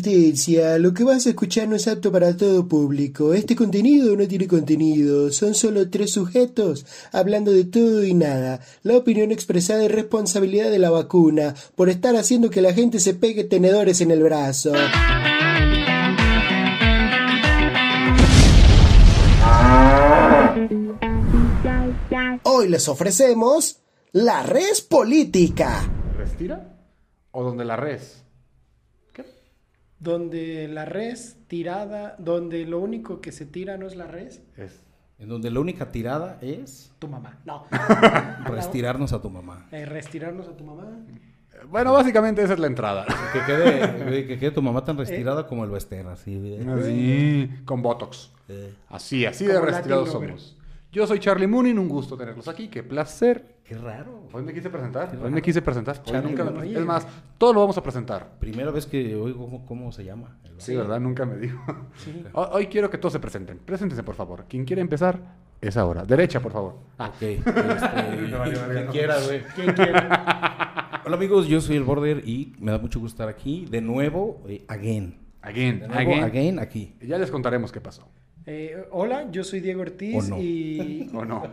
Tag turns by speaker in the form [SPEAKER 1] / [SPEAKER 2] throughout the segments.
[SPEAKER 1] Advertencia, lo que vas a escuchar no es apto para todo público. Este contenido no tiene contenido. Son solo tres sujetos hablando de todo y nada. La opinión expresada es responsabilidad de la vacuna por estar haciendo que la gente se pegue tenedores en el brazo. Hoy les ofrecemos la res política.
[SPEAKER 2] ¿Restira? ¿O donde la res?
[SPEAKER 3] donde la res tirada, donde lo único que se tira no es la res,
[SPEAKER 2] Es.
[SPEAKER 4] En donde la única tirada es
[SPEAKER 3] tu mamá. No.
[SPEAKER 2] Ah,
[SPEAKER 4] restirarnos a tu mamá.
[SPEAKER 3] Eh, restirarnos a tu mamá.
[SPEAKER 2] Bueno, básicamente esa es la entrada.
[SPEAKER 4] Que quede, güey, que quede tu mamá
[SPEAKER 2] Eh.
[SPEAKER 4] tan restirada como el Western, así.
[SPEAKER 2] Ah.
[SPEAKER 4] güey.
[SPEAKER 2] Así, con Botox. Así, así de
[SPEAKER 3] Como
[SPEAKER 2] restirados
[SPEAKER 3] Latin Lover.
[SPEAKER 2] somos. Yo soy Charlie Moonin, un gusto tenerlos aquí, qué placer.
[SPEAKER 4] Qué raro.
[SPEAKER 2] Hoy me quise presentar, hoy me quise presentar. Hoy
[SPEAKER 4] Charlie
[SPEAKER 2] nunca me
[SPEAKER 3] Moonin.
[SPEAKER 2] presenté. Es más, todo lo vamos a presentar.
[SPEAKER 4] Primera vez que oigo cómo, cómo se llama. el vato.
[SPEAKER 2] Sí, ¿verdad? Nunca me dijo. Hoy hoy quiero que todos se presenten. Preséntense, por favor. Quien quiera empezar, es ahora. Derecha, por favor. Ah,
[SPEAKER 4] Ok. este, quien quiera, güey.
[SPEAKER 3] ¿Quién quiere?
[SPEAKER 4] Hola amigos, yo soy el Border y me da mucho gusto estar aquí. De nuevo, eh, again.
[SPEAKER 2] again,
[SPEAKER 4] De nuevo,
[SPEAKER 2] again.
[SPEAKER 4] again, aquí.
[SPEAKER 2] Ya les contaremos qué pasó.
[SPEAKER 3] Eh, hola, yo soy Diego Ortiz
[SPEAKER 4] O no.
[SPEAKER 3] y,
[SPEAKER 2] ¿O no?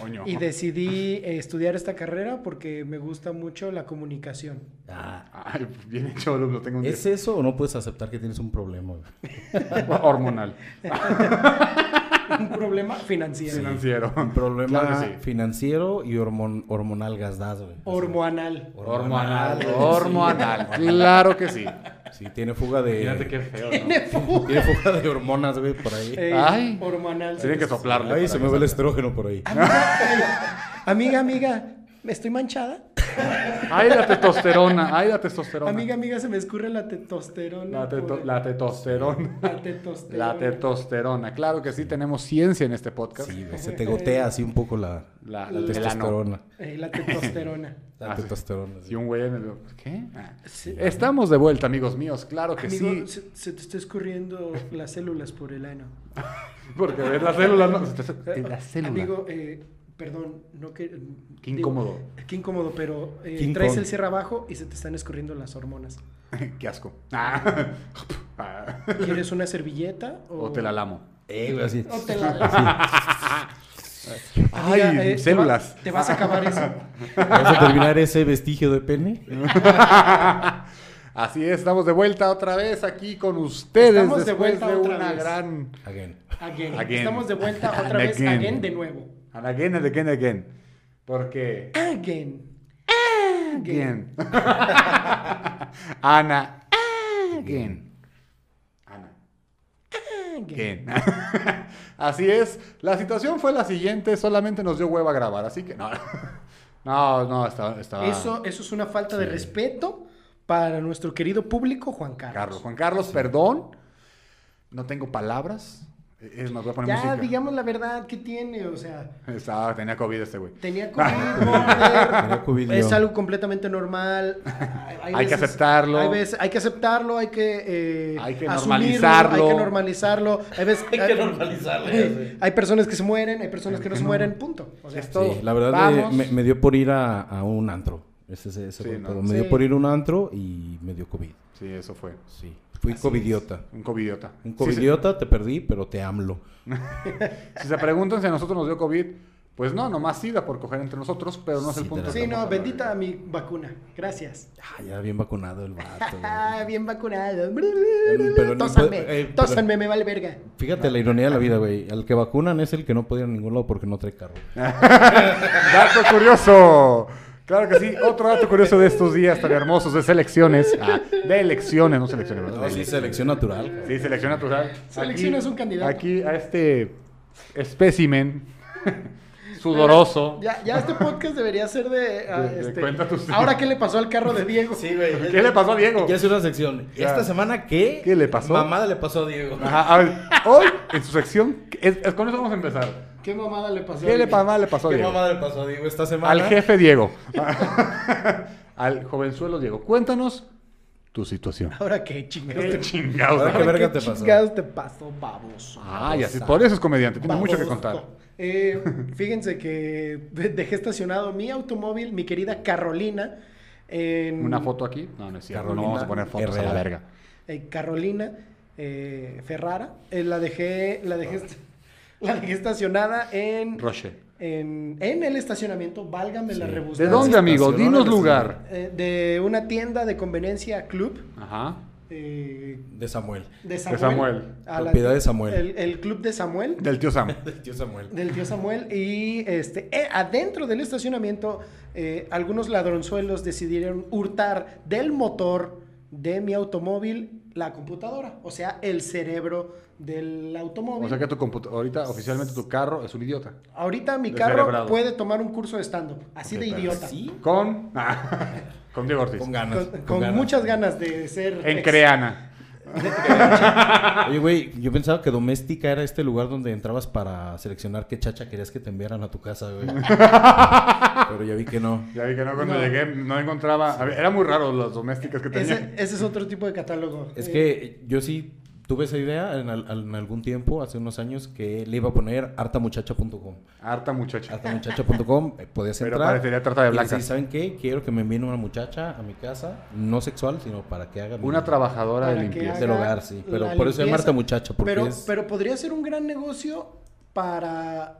[SPEAKER 2] ¿O no?
[SPEAKER 3] y decidí eh, estudiar esta carrera porque me gusta mucho la comunicación.
[SPEAKER 4] Ah,
[SPEAKER 2] Ay, bien hecho, lo tengo un
[SPEAKER 4] ¿Es eso o no puedes aceptar que tienes un problema? güey?
[SPEAKER 2] hormonal.
[SPEAKER 3] Un problema financiero.
[SPEAKER 2] Financiero.
[SPEAKER 4] Un problema
[SPEAKER 2] Claro que sí.
[SPEAKER 4] financiero y hormon- hormonal gasdado. güey.
[SPEAKER 3] Hormonal.
[SPEAKER 2] Hormonal.
[SPEAKER 4] güey.
[SPEAKER 2] Hormonal. Claro que sí.
[SPEAKER 4] Sí, tiene fuga de...
[SPEAKER 2] Fíjate qué feo.
[SPEAKER 3] Tiene fu-
[SPEAKER 4] Tiene fuga de hormonas, güey, por ahí.
[SPEAKER 3] Eh,
[SPEAKER 2] Ay.
[SPEAKER 3] Hormonal.
[SPEAKER 2] Tienen que soplarle.
[SPEAKER 4] Ahí
[SPEAKER 2] para
[SPEAKER 4] se
[SPEAKER 2] que
[SPEAKER 4] me ve el estrógeno por ahí.
[SPEAKER 2] Ah,
[SPEAKER 3] Amiga, amiga, ¿me estoy manchada?
[SPEAKER 2] salga. Ay, la testosterona. Ay, la testosterona.
[SPEAKER 3] Amiga, amiga, se me escurre la testosterona.
[SPEAKER 2] La, teto-
[SPEAKER 3] por el-
[SPEAKER 2] la testosterona.
[SPEAKER 3] la testosterona.
[SPEAKER 2] La testosterona. Claro que sí, tenemos ciencia en este podcast.
[SPEAKER 4] Sí, güey, se te gotea así un poco la,
[SPEAKER 2] La-
[SPEAKER 4] la,
[SPEAKER 2] el ano.
[SPEAKER 4] testosterona.
[SPEAKER 3] Eh, la testosterona.
[SPEAKER 4] La
[SPEAKER 2] Ah, sí.
[SPEAKER 4] testosterona. sí.
[SPEAKER 2] Y un güey en el- ¿Qué? Ah.
[SPEAKER 3] Sí. Eh,
[SPEAKER 2] Estamos de vuelta, amigos míos. Claro que sí.
[SPEAKER 3] Amigo, se, se te está escurriendo las células por el ano. Eh, ah,
[SPEAKER 2] Porque ves las células. No, se te- la célula.
[SPEAKER 3] Amigo, eh, perdón, no que... eh,
[SPEAKER 2] Qué
[SPEAKER 3] digo,
[SPEAKER 2] incómodo.
[SPEAKER 3] Qué incómodo, pero eh,
[SPEAKER 4] King
[SPEAKER 3] traes
[SPEAKER 4] Kong.
[SPEAKER 3] el cierre abajo y se te están escurriendo las hormonas.
[SPEAKER 2] qué asco. Ah. Ah.
[SPEAKER 3] ¿Quieres una servilleta? O,
[SPEAKER 2] O te la lamo.
[SPEAKER 4] Eh, güey, así.
[SPEAKER 3] O te la...
[SPEAKER 2] Ay,
[SPEAKER 3] Amiga, eh, te va-
[SPEAKER 2] células.
[SPEAKER 3] Te vas a acabar eso.
[SPEAKER 4] ¿Vas a terminar ese vestigio de pene?
[SPEAKER 2] Así es, estamos de vuelta otra vez aquí con ustedes
[SPEAKER 3] Estamos de
[SPEAKER 2] después de,
[SPEAKER 3] vuelta otra
[SPEAKER 2] una
[SPEAKER 3] vez.
[SPEAKER 2] gran...
[SPEAKER 4] Again.
[SPEAKER 3] Again.
[SPEAKER 2] Again.
[SPEAKER 3] Estamos de vuelta
[SPEAKER 2] And
[SPEAKER 3] otra vez.
[SPEAKER 2] again.
[SPEAKER 3] Again. de nuevo.
[SPEAKER 2] And again and again and again. Porque...
[SPEAKER 3] Again.
[SPEAKER 2] Again. Ana. Again. Ana.
[SPEAKER 3] Again.
[SPEAKER 2] Again. Así es, la situación fue la siguiente, solamente nos dio hueva grabar, así que no. No, no, estaba... estaba...
[SPEAKER 3] Eso, eso es una falta de respeto para nuestro querido público, Juan Carlos.
[SPEAKER 2] Carlos. Juan Carlos, perdón. No tengo palabras. Es más, voy a poner
[SPEAKER 3] Ya,
[SPEAKER 2] música.
[SPEAKER 3] digamos la verdad que tiene, o sea,
[SPEAKER 2] Estaba, tenía COVID este güey.
[SPEAKER 3] tenía COVID, brother,
[SPEAKER 4] Tenía COVID,
[SPEAKER 3] es
[SPEAKER 4] yo.
[SPEAKER 3] algo completamente normal.
[SPEAKER 2] Hay que aceptarlo.
[SPEAKER 3] Hay, veces- hay que aceptarlo, hay que, eh,
[SPEAKER 2] Hay que
[SPEAKER 3] asumirlo,
[SPEAKER 2] normalizarlo.
[SPEAKER 3] Hay que normalizarlo. Hay, veces-
[SPEAKER 4] Hay que normalizarlo, ya sé.
[SPEAKER 3] hay personas que se mueren, hay personas que no se mueren, punto. O sea,
[SPEAKER 2] Es todo.
[SPEAKER 4] Sí, la verdad me-
[SPEAKER 2] Vamos.
[SPEAKER 4] me, me dio por ir a, a un antro. Ese, ese, ese
[SPEAKER 2] Sí,
[SPEAKER 4] fue el
[SPEAKER 2] ¿no?
[SPEAKER 4] pedo. Me
[SPEAKER 3] Sí.
[SPEAKER 4] dio por ir a un antro y me dio COVID.
[SPEAKER 2] Sí, eso fue.
[SPEAKER 4] Sí. Fui covidiota.
[SPEAKER 2] Un covidiota.
[SPEAKER 4] Un
[SPEAKER 2] Si se-
[SPEAKER 4] covidiota, te perdí, pero te amlo.
[SPEAKER 2] Si, se preguntan si a nosotros nos dio COVID, pues no, nomás sida por coger entre nosotros, pero no es el
[SPEAKER 4] Sí,
[SPEAKER 2] punto.
[SPEAKER 4] te
[SPEAKER 2] que
[SPEAKER 3] sí,
[SPEAKER 2] estamos
[SPEAKER 3] no,
[SPEAKER 2] hablando.
[SPEAKER 3] bendita mi vacuna. Gracias.
[SPEAKER 4] Ah, ya bien vacunado el vato. güey.
[SPEAKER 3] Ah, bien vacunado.
[SPEAKER 4] Em, pero-
[SPEAKER 3] tósanme,
[SPEAKER 4] eh, pero-
[SPEAKER 3] tósanme, me vale verga.
[SPEAKER 4] Fíjate la ironía de la vida, güey. Al que vacunan es el que no puede ir a ningún lado porque no trae carro. Ah,
[SPEAKER 2] Dato curioso. Claro que sí. Otro dato curioso de estos días tan hermosos de selecciones. Ah, de elecciones, no selecciones. ¿verdad?
[SPEAKER 4] No, sí, selección natural.
[SPEAKER 2] Sí, selección natural.
[SPEAKER 3] Seleccionas
[SPEAKER 2] Aquí-
[SPEAKER 3] un candidato.
[SPEAKER 2] Aquí a este espécimen sudoroso.
[SPEAKER 3] Ya, ya este podcast debería ser de. ah,
[SPEAKER 2] De- de
[SPEAKER 3] este,
[SPEAKER 2] cuenta tus-
[SPEAKER 3] Ahora, ¿qué le pasó al carro de Diego?
[SPEAKER 4] güey.
[SPEAKER 2] ¿Qué le pasó a Diego?
[SPEAKER 4] Ya es una sección.
[SPEAKER 2] Ya.
[SPEAKER 4] ¿Esta semana qué?
[SPEAKER 2] ¿Qué le pasó?
[SPEAKER 4] Mamada le pasó a Diego.
[SPEAKER 2] Ajá, a ver, hoy, en su sección, es- es- con eso vamos a empezar.
[SPEAKER 3] ¿Qué mamada le pasó?
[SPEAKER 2] ¿Qué
[SPEAKER 3] a
[SPEAKER 2] le,
[SPEAKER 3] Diego?
[SPEAKER 2] mamá le pasó a
[SPEAKER 4] ¿Qué
[SPEAKER 2] Diego?
[SPEAKER 4] mamada le pasó a Diego esta semana?
[SPEAKER 2] Al jefe Diego. Al jovenzuelo Diego. Cuéntanos tu situación.
[SPEAKER 3] Ahora, ¿qué chingados
[SPEAKER 2] Qué
[SPEAKER 3] te
[SPEAKER 2] chingados.
[SPEAKER 4] Ahora, ¿qué
[SPEAKER 2] ¿no?
[SPEAKER 4] ver- verga
[SPEAKER 3] ¿Qué
[SPEAKER 4] te pasó?
[SPEAKER 3] chingados te pasó, baboso?
[SPEAKER 2] Ay, así, por eso es comediante. Tiene mucho que contar.
[SPEAKER 3] Eh, fíjense que de- dejé estacionado mi automóvil, mi querida Carolina. En...
[SPEAKER 2] Una foto aquí. No, no es cierto. No
[SPEAKER 4] Carolina
[SPEAKER 2] vamos a poner fotos a la
[SPEAKER 4] Herrera.
[SPEAKER 2] verga.
[SPEAKER 3] eh, Carolina eh, Ferrara. Eh, la dejé, la dejé, est- la dejé estacionada en,
[SPEAKER 2] Roche.
[SPEAKER 3] en, en el estacionamiento, válgame la
[SPEAKER 2] ¿De
[SPEAKER 3] rebusnancia.
[SPEAKER 2] dónde, amigo?
[SPEAKER 4] estacionó
[SPEAKER 2] Dinos
[SPEAKER 4] la
[SPEAKER 2] lugar.
[SPEAKER 3] Eh, de una tienda de conveniencia club.
[SPEAKER 2] Ajá.
[SPEAKER 3] eh,
[SPEAKER 4] De Samuel.
[SPEAKER 3] de Samuel.
[SPEAKER 2] Samuel.
[SPEAKER 3] a la-
[SPEAKER 4] Propiedad de Samuel.
[SPEAKER 3] El, el club de Samuel.
[SPEAKER 2] Del tío Sam.
[SPEAKER 4] Del tío Samuel.
[SPEAKER 3] del tío Samuel y este eh, adentro del estacionamiento eh, algunos ladronzuelos decidieron hurtar del motor de mi automóvil la computadora, o sea, el cerebro del automóvil.
[SPEAKER 2] O sea que tu computa- ahorita oficialmente tu carro es un idiota.
[SPEAKER 3] Ahorita mi
[SPEAKER 2] Descerebrado.
[SPEAKER 3] carro puede tomar un curso de stand-up, así de
[SPEAKER 4] Pero
[SPEAKER 3] idiota.
[SPEAKER 4] Sí,
[SPEAKER 2] Con. Ah, con Diego Ortiz.
[SPEAKER 4] con ganas.
[SPEAKER 3] Con, con
[SPEAKER 4] ganas.
[SPEAKER 3] muchas ganas de ser...
[SPEAKER 2] En
[SPEAKER 3] ex-
[SPEAKER 2] Creana.
[SPEAKER 4] Oye, güey, yo pensaba que doméstica era este lugar donde entrabas para seleccionar qué chacha querías que te enviaran a tu casa, güey. Pero ya vi que no.
[SPEAKER 2] Ya vi que no, cuando
[SPEAKER 3] No.
[SPEAKER 2] llegué no encontraba. a ver, era muy raro las domésticas que tenía.
[SPEAKER 3] Ese, ese es otro tipo de catálogo.
[SPEAKER 4] Es
[SPEAKER 3] Eh,
[SPEAKER 4] que yo sí tuve esa idea en, al- en algún tiempo, hace unos años, que le iba a poner hartamuchacha.com.
[SPEAKER 2] Harta muchacha.
[SPEAKER 4] Hartamuchacha.com, eh, podías
[SPEAKER 2] Pero
[SPEAKER 4] entrar.
[SPEAKER 2] parecería trata de
[SPEAKER 4] y
[SPEAKER 2] blancas.
[SPEAKER 4] decir, ¿saben qué? Quiero que me envíen una muchacha a mi casa, no sexual, sino para que haga... mi-
[SPEAKER 2] Una trabajadora de
[SPEAKER 3] para que
[SPEAKER 2] limpieza.
[SPEAKER 4] Del
[SPEAKER 3] haga
[SPEAKER 4] hogar, sí, pero
[SPEAKER 3] la
[SPEAKER 4] por eso se llama
[SPEAKER 3] limpieza.
[SPEAKER 4] harta muchacha, porque
[SPEAKER 3] pero,
[SPEAKER 4] es-
[SPEAKER 3] pero podría ser un gran negocio para,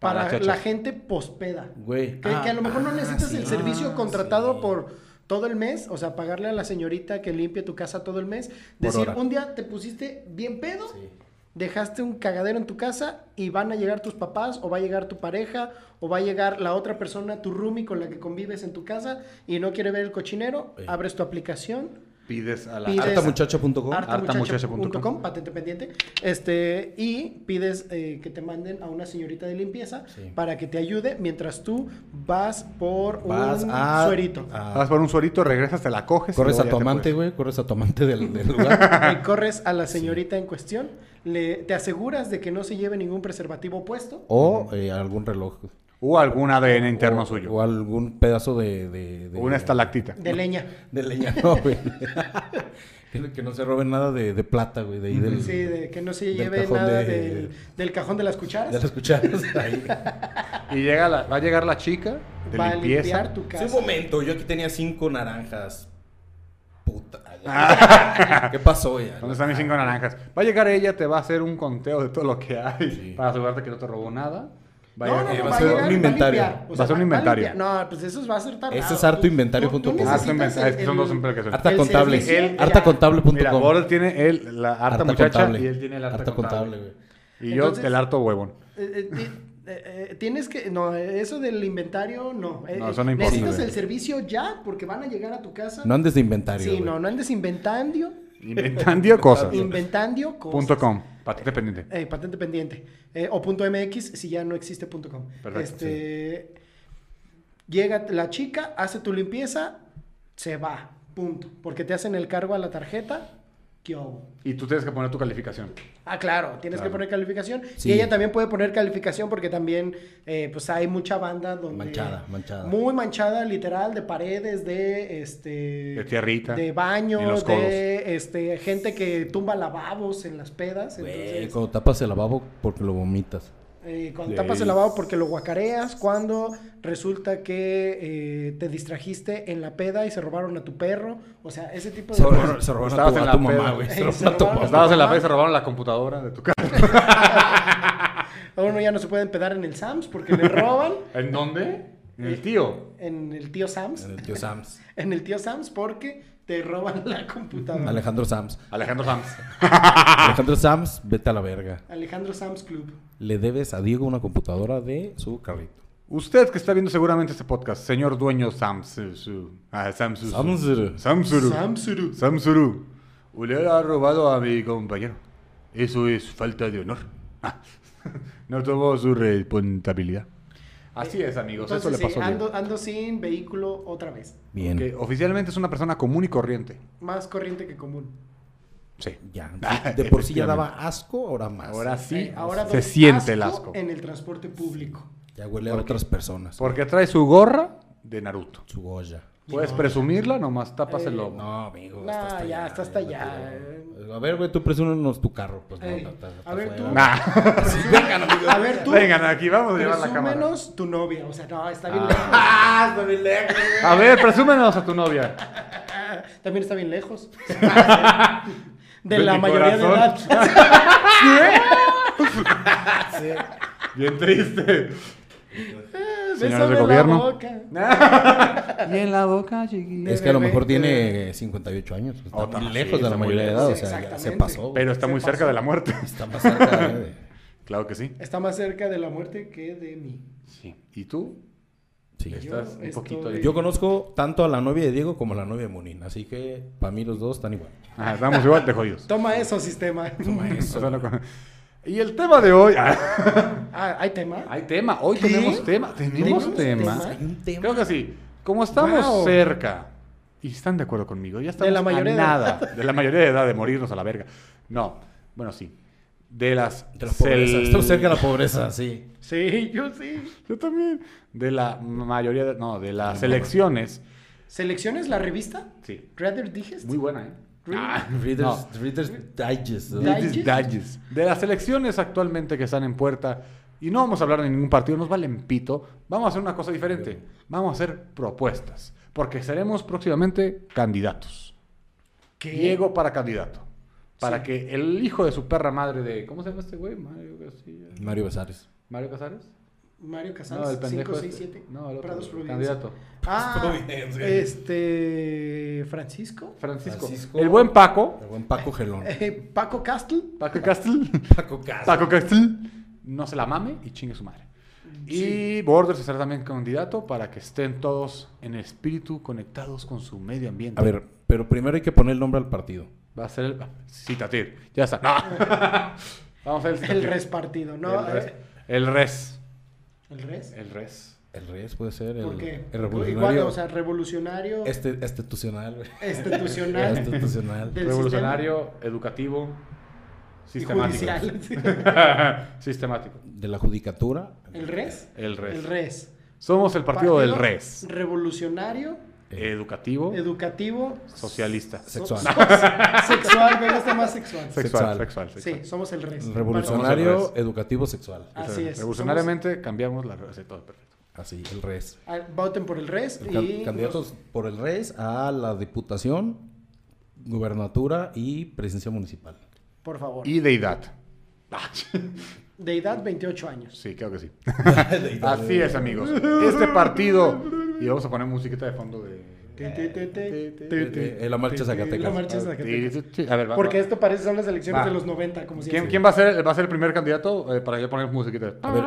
[SPEAKER 4] Para
[SPEAKER 3] para,
[SPEAKER 4] chachas.
[SPEAKER 3] la gente pospeda.
[SPEAKER 4] Güey.
[SPEAKER 3] Que,
[SPEAKER 4] Ah,
[SPEAKER 3] que a lo mejor no
[SPEAKER 4] ah,
[SPEAKER 3] necesitas
[SPEAKER 4] sí.
[SPEAKER 3] el servicio
[SPEAKER 4] Ah,
[SPEAKER 3] contratado
[SPEAKER 4] sí.
[SPEAKER 3] por todo el mes, o sea, pagarle a la señorita que limpie tu casa todo el mes. Decir,
[SPEAKER 4] hora.
[SPEAKER 3] un día te pusiste bien pedo,
[SPEAKER 4] Sí.
[SPEAKER 3] dejaste un cagadero en tu casa y van a llegar tus papás, o va a llegar tu pareja, o va a llegar la otra persona, tu roomie con la que convives en tu casa y no quiere ver el cochinero,
[SPEAKER 4] Sí.
[SPEAKER 3] abres tu aplicación,
[SPEAKER 2] Pides a la.
[SPEAKER 3] Pides-
[SPEAKER 4] Hartamuchacha.com.
[SPEAKER 2] Artamuchacha.com,
[SPEAKER 3] artamuchacha.com, patente pendiente, este, y pides eh, que te manden a una señorita de limpieza
[SPEAKER 4] Sí.
[SPEAKER 3] para que te ayude mientras tú vas por
[SPEAKER 4] Vas
[SPEAKER 3] un
[SPEAKER 4] a- Ah.
[SPEAKER 3] suerito.
[SPEAKER 4] a-
[SPEAKER 2] Vas por un suerito, regresas, te la coges. y
[SPEAKER 4] Corres
[SPEAKER 2] luego
[SPEAKER 4] a
[SPEAKER 2] ya
[SPEAKER 4] tu
[SPEAKER 2] te
[SPEAKER 4] amante,
[SPEAKER 2] puedes.
[SPEAKER 4] güey, corres a tu amante del, del lugar.
[SPEAKER 3] Y corres a la señorita en cuestión, le, te aseguras de que no se lleve ningún preservativo puesto.
[SPEAKER 4] o eh, algún reloj.
[SPEAKER 2] O algún ADN interno
[SPEAKER 4] o,
[SPEAKER 2] suyo.
[SPEAKER 4] O algún pedazo de... de, de-
[SPEAKER 2] Una estalactita.
[SPEAKER 3] De leña.
[SPEAKER 4] De leña, no, güey. que, que no se roben nada de, de plata, güey, de ahí del...
[SPEAKER 3] Sí, de que no se
[SPEAKER 4] Del
[SPEAKER 3] lleve
[SPEAKER 4] cajón
[SPEAKER 3] nada
[SPEAKER 4] de-
[SPEAKER 3] del, del cajón de las cucharas.
[SPEAKER 4] Ya lo escucharon ahí.
[SPEAKER 2] Y llega la- va a llegar la chica de
[SPEAKER 3] va a
[SPEAKER 2] limpieza.
[SPEAKER 3] limpiar tu
[SPEAKER 4] Sí,
[SPEAKER 3] casa.
[SPEAKER 4] un momento, yo aquí tenía cinco naranjas. Puta. ¿Qué pasó ya?
[SPEAKER 2] ¿Dónde están mis cinco naranjas? Va a llegar ella, te va a hacer un conteo de todo lo que hay
[SPEAKER 4] Sí.
[SPEAKER 2] para asegurarte que no te robó nada. eh, Va a
[SPEAKER 3] No,
[SPEAKER 2] llegar-
[SPEAKER 3] no, no,
[SPEAKER 4] va a
[SPEAKER 3] va a
[SPEAKER 4] ser un
[SPEAKER 3] llegar, va a
[SPEAKER 4] inventario.
[SPEAKER 3] limpiar. O
[SPEAKER 2] Va a
[SPEAKER 3] sea,
[SPEAKER 2] ser un
[SPEAKER 3] a
[SPEAKER 2] inventario.
[SPEAKER 3] limpiar. No, pues eso va a ser tardado.
[SPEAKER 4] Ese es hartoinventario.com.
[SPEAKER 3] Tú- tú
[SPEAKER 4] Ah,
[SPEAKER 2] harto
[SPEAKER 3] necesitas
[SPEAKER 2] inventa- es que son
[SPEAKER 3] el-
[SPEAKER 2] dos implicaciones.
[SPEAKER 4] Harta
[SPEAKER 3] el
[SPEAKER 4] contable.
[SPEAKER 3] servicio
[SPEAKER 2] Él-
[SPEAKER 3] de la-
[SPEAKER 4] Hartacontable.com.
[SPEAKER 2] Mira, Borel tiene el, la harta, muchacha
[SPEAKER 4] contable.
[SPEAKER 2] y él tiene el harta,
[SPEAKER 4] Harta
[SPEAKER 2] contable.
[SPEAKER 4] contable, güey.
[SPEAKER 2] Y yo
[SPEAKER 3] Entonces-
[SPEAKER 2] el harto huevón.
[SPEAKER 3] Eh, eh, ti- eh, eh, Tienes que, no, eh, eso del inventario, no. Eh,
[SPEAKER 2] No,
[SPEAKER 3] eh,
[SPEAKER 2] eso no importa,
[SPEAKER 3] necesitas
[SPEAKER 2] güey.
[SPEAKER 3] el servicio ya porque van a llegar a tu casa.
[SPEAKER 4] No andes de inventario.
[SPEAKER 3] sí,
[SPEAKER 4] güey.
[SPEAKER 3] no, no andes inventando,
[SPEAKER 2] Inventando cosas.
[SPEAKER 3] inventando cosas.
[SPEAKER 2] Punto com. Patente pendiente.
[SPEAKER 3] Eh, patente pendiente. Eh, o punto MX si ya no existe punto com.
[SPEAKER 2] Perfecto,
[SPEAKER 3] este, Llega la chica, hace tu limpieza, se va. Punto. Porque te hacen el cargo a la tarjeta. ¿Qué hubo?
[SPEAKER 2] Y tú tienes que poner tu calificación.
[SPEAKER 3] Ah, claro, tienes
[SPEAKER 2] Claro.
[SPEAKER 3] que poner calificación.
[SPEAKER 4] Sí.
[SPEAKER 3] Y ella también puede poner calificación porque también, eh, pues hay mucha banda donde.
[SPEAKER 4] Manchada, manchada.
[SPEAKER 3] Muy manchada, literal, de paredes, de este.
[SPEAKER 2] De tierrita. En
[SPEAKER 3] De
[SPEAKER 2] los
[SPEAKER 3] baños,
[SPEAKER 2] codos.
[SPEAKER 3] de este, gente que tumba lavabos en las pedas.
[SPEAKER 4] Güey,
[SPEAKER 3] entonces,
[SPEAKER 4] cuando tapas el lavabo porque lo vomitas.
[SPEAKER 3] eh, cuando
[SPEAKER 2] Sí.
[SPEAKER 3] tapas el lavabo porque lo guacareas, cuando resulta que eh, te distrajiste en la peda y se robaron a tu perro. O sea, ese tipo de.
[SPEAKER 4] Se
[SPEAKER 3] cosas.
[SPEAKER 4] robaron, se robaron
[SPEAKER 2] Estabas
[SPEAKER 4] a tu,
[SPEAKER 2] en
[SPEAKER 4] a
[SPEAKER 2] la
[SPEAKER 4] tu
[SPEAKER 2] peda.
[SPEAKER 4] mamá, güey.
[SPEAKER 3] Eh,
[SPEAKER 4] Se
[SPEAKER 3] se
[SPEAKER 4] robaron a tu
[SPEAKER 3] robaron
[SPEAKER 4] mamá.
[SPEAKER 3] a
[SPEAKER 2] Estabas en la fe, se robaron la computadora de tu casa.
[SPEAKER 3] A uno ya no se puede empedar en el Sams porque le roban.
[SPEAKER 2] ¿En dónde? En el tío.
[SPEAKER 3] en el tío Sams.
[SPEAKER 4] El tío Sams.
[SPEAKER 3] En el tío Sams porque te roban la
[SPEAKER 2] Mm.
[SPEAKER 3] computadora.
[SPEAKER 4] Alejandro Sams.
[SPEAKER 2] Alejandro Sams.
[SPEAKER 4] Alejandro Sams, vete a la verga.
[SPEAKER 3] Alejandro Sams Club.
[SPEAKER 4] Le debes a Diego una computadora de su carrito.
[SPEAKER 2] Usted que está viendo seguramente este podcast, señor dueño Samsuru. Ah, Samsuru.
[SPEAKER 4] Samsuru.
[SPEAKER 2] Samsuru.
[SPEAKER 3] Samsuru.
[SPEAKER 2] Samsuru. Usted ha robado a mi compañero. Eso es falta de honor. Ah, No tomó su responsabilidad. Así es, amigos.
[SPEAKER 3] Entonces,
[SPEAKER 2] eso le
[SPEAKER 3] sí,
[SPEAKER 2] pasó a Diego.
[SPEAKER 3] ando, ando sin vehículo otra vez.
[SPEAKER 4] Bien.
[SPEAKER 2] Que oficialmente es una persona común y corriente.
[SPEAKER 3] Más corriente que común.
[SPEAKER 2] Sí.
[SPEAKER 4] Ya.
[SPEAKER 2] Ah,
[SPEAKER 4] De por sí ya
[SPEAKER 2] efectivamente.
[SPEAKER 4] daba asco, ahora más.
[SPEAKER 2] Ahora sí.
[SPEAKER 3] Eh, ahora
[SPEAKER 2] se
[SPEAKER 3] doy
[SPEAKER 2] siente el asco.
[SPEAKER 3] En el transporte público.
[SPEAKER 4] Ya huele a otras personas.
[SPEAKER 2] Porque trae su gorra de Naruto.
[SPEAKER 4] Su Goya.
[SPEAKER 2] Puedes presumirla, nomás tapas el
[SPEAKER 3] Eh,
[SPEAKER 2] lobo.
[SPEAKER 4] No, amigo.
[SPEAKER 3] No, ya, está hasta allá.
[SPEAKER 4] vete. A ver, güey, tú presúmenos tu carro. Pues no,
[SPEAKER 3] Eh,
[SPEAKER 4] está- está
[SPEAKER 3] a ver,
[SPEAKER 4] afuera.
[SPEAKER 3] tú-
[SPEAKER 2] Nah.
[SPEAKER 3] A ver, tú.
[SPEAKER 2] Vengan, aquí vamos a llevar la cámara.
[SPEAKER 3] Presúmenos tu novia. O sea, no, está bien.
[SPEAKER 2] Ah. A ver, presúmenos a tu novia.
[SPEAKER 3] También está bien lejos. De la mayoría de edad.
[SPEAKER 2] Bien triste. Señores
[SPEAKER 3] Bésame
[SPEAKER 2] de
[SPEAKER 3] la
[SPEAKER 2] gobierno.
[SPEAKER 3] boca.
[SPEAKER 5] Y en la boca, chiquita.
[SPEAKER 4] Es que a lo mejor
[SPEAKER 3] Bebé.
[SPEAKER 4] tiene 58 años. pues,
[SPEAKER 2] Oh,
[SPEAKER 4] está
[SPEAKER 2] sí,
[SPEAKER 4] muy lejos de
[SPEAKER 2] está
[SPEAKER 4] la
[SPEAKER 2] muy
[SPEAKER 4] mayoría de
[SPEAKER 2] lejos.
[SPEAKER 4] edad. O
[SPEAKER 3] Sí,
[SPEAKER 4] sea, ya se
[SPEAKER 3] exactamente.
[SPEAKER 4] pasó.
[SPEAKER 2] Pero está
[SPEAKER 3] Se
[SPEAKER 2] muy cerca
[SPEAKER 3] pasó.
[SPEAKER 2] de la muerte.
[SPEAKER 4] Está más cerca de-
[SPEAKER 2] Claro que sí.
[SPEAKER 3] Está más cerca de la muerte que de mí.
[SPEAKER 2] Sí. ¿Y tú?
[SPEAKER 4] sí.
[SPEAKER 2] Estás un
[SPEAKER 3] estoy-
[SPEAKER 2] poquito ahí.
[SPEAKER 4] Yo conozco tanto a la novia de Diego como a la novia de Munin. Así que para mí los dos están igual.
[SPEAKER 2] Ah, estamos igual de jodidos.
[SPEAKER 3] Toma eso, sistema.
[SPEAKER 2] O sea, no- Y el tema de hoy.
[SPEAKER 3] Ah, ¿hay tema?
[SPEAKER 2] Hay tema, hoy
[SPEAKER 3] ¿Qué?
[SPEAKER 2] tenemos tema. Tenemos
[SPEAKER 3] ¿Tenemos
[SPEAKER 2] tema.
[SPEAKER 3] tema? Hay
[SPEAKER 4] un tema.
[SPEAKER 2] Creo que sí. Como estamos
[SPEAKER 3] Wow.
[SPEAKER 2] cerca, y están de acuerdo conmigo, ya estamos
[SPEAKER 3] la
[SPEAKER 2] a
[SPEAKER 3] mayoría de
[SPEAKER 2] nada. De la mayoría de edad, de morirnos a la verga. No, bueno, sí. De las.
[SPEAKER 4] De la pobreza.
[SPEAKER 2] cel-
[SPEAKER 4] Estamos cerca de la pobreza, sí.
[SPEAKER 3] Sí, yo sí.
[SPEAKER 2] Yo también. De la mayoría de. No, de las elecciones.
[SPEAKER 3] ¿Selecciones la revista?
[SPEAKER 2] Sí.
[SPEAKER 3] ¿Rather Digest?
[SPEAKER 2] Muy buena, ¿eh?
[SPEAKER 3] Really?
[SPEAKER 2] Ah,
[SPEAKER 4] Readers,
[SPEAKER 2] no.
[SPEAKER 4] Readers Digest. ¿no?
[SPEAKER 3] Digest.
[SPEAKER 2] Digest, digest. De las elecciones actualmente que están en puerta, y no vamos a hablar de ningún partido, nos vale en pito, vamos a hacer una cosa diferente. Vamos a hacer propuestas, porque seremos próximamente candidatos.
[SPEAKER 3] ¿Qué?
[SPEAKER 2] Diego para candidato. Para que el hijo de su perra madre de. ¿Cómo se llama este güey? Mario García.
[SPEAKER 4] Mario Besares.
[SPEAKER 2] ¿Mario Casares?
[SPEAKER 3] Mario Casals,
[SPEAKER 2] No, el pendejo.
[SPEAKER 3] 5, 6,
[SPEAKER 2] este.
[SPEAKER 3] 7.
[SPEAKER 2] No, el otro.
[SPEAKER 3] Prados Providencia.
[SPEAKER 2] Candidato.
[SPEAKER 3] Ah,
[SPEAKER 4] Providencia.
[SPEAKER 3] este... ¿Francisco?
[SPEAKER 2] Francisco.
[SPEAKER 4] Francisco.
[SPEAKER 2] El buen Paco.
[SPEAKER 4] El buen Paco Gelón.
[SPEAKER 3] Eh, ¿Paco Castle?
[SPEAKER 2] Paco Castle.
[SPEAKER 4] Paco Casas.
[SPEAKER 2] Paco Castle. No se la mame y chingue su madre. Y Borders será también candidato para que estén todos en espíritu conectados con su medio ambiente.
[SPEAKER 4] A ver, pero primero hay que poner el nombre al partido.
[SPEAKER 2] Va a ser el... Citatir. Ya está. No. Vamos a ver
[SPEAKER 3] El
[SPEAKER 2] citatir.
[SPEAKER 3] res partido, ¿no?
[SPEAKER 2] El res.
[SPEAKER 3] eh,
[SPEAKER 2] El res.
[SPEAKER 3] ¿El res?
[SPEAKER 2] El res.
[SPEAKER 4] El Reyes puede ser el,
[SPEAKER 3] ¿Por qué?
[SPEAKER 4] el
[SPEAKER 3] Igual,
[SPEAKER 4] revolucionario
[SPEAKER 3] o sea, revolucionario,
[SPEAKER 4] este, institucional. güey.
[SPEAKER 3] institucional,
[SPEAKER 4] institucional.
[SPEAKER 3] Del
[SPEAKER 2] Revolucionario, educativo,
[SPEAKER 3] y
[SPEAKER 2] sistemático.
[SPEAKER 3] judicial.
[SPEAKER 2] sistemático.
[SPEAKER 4] De la judicatura.
[SPEAKER 3] ¿El res?
[SPEAKER 2] El res.
[SPEAKER 3] El res.
[SPEAKER 2] Somos el partido, del res.
[SPEAKER 3] Revolucionario,
[SPEAKER 2] Educativo,
[SPEAKER 3] educativo,
[SPEAKER 2] socialista.
[SPEAKER 4] Sexual.
[SPEAKER 3] so- so- sexual, me gusta más sexual.
[SPEAKER 2] Sexual,
[SPEAKER 4] Sexual.
[SPEAKER 2] sexual, sexual.
[SPEAKER 3] Sí, somos el res.
[SPEAKER 2] Somos
[SPEAKER 4] Revolucionario,
[SPEAKER 2] el
[SPEAKER 4] educativo, sexual.
[SPEAKER 3] Ah. Así es.
[SPEAKER 2] Revolucionariamente cambiamos la receta. Todo perfecto.
[SPEAKER 4] Así, el Reyes.
[SPEAKER 3] Ah, Voten por el res
[SPEAKER 4] El can-
[SPEAKER 3] y
[SPEAKER 4] candidatos por el Reyes a la diputación, gubernatura y presidencia municipal.
[SPEAKER 3] por favor.
[SPEAKER 2] Y deidad. Ah,
[SPEAKER 3] De edad 28 años.
[SPEAKER 2] Sí, claro que sí. Así es, amigos. Este partido. Y vamos a poner musiquita de fondo de.
[SPEAKER 3] Te, te, te, te, te, te.
[SPEAKER 4] Eh, eh, la marcha
[SPEAKER 3] La
[SPEAKER 4] Zacatecas.
[SPEAKER 3] marcha Zacatecas.
[SPEAKER 2] A ver, va-
[SPEAKER 3] Porque
[SPEAKER 2] va.
[SPEAKER 3] esto parece son las elecciones
[SPEAKER 2] Va.
[SPEAKER 3] de los 90, como
[SPEAKER 2] ¿Quién,
[SPEAKER 3] siempre.
[SPEAKER 2] quién va, a ser, va a ser el primer candidato? Eh, para ya poner musiquita.
[SPEAKER 4] A ver,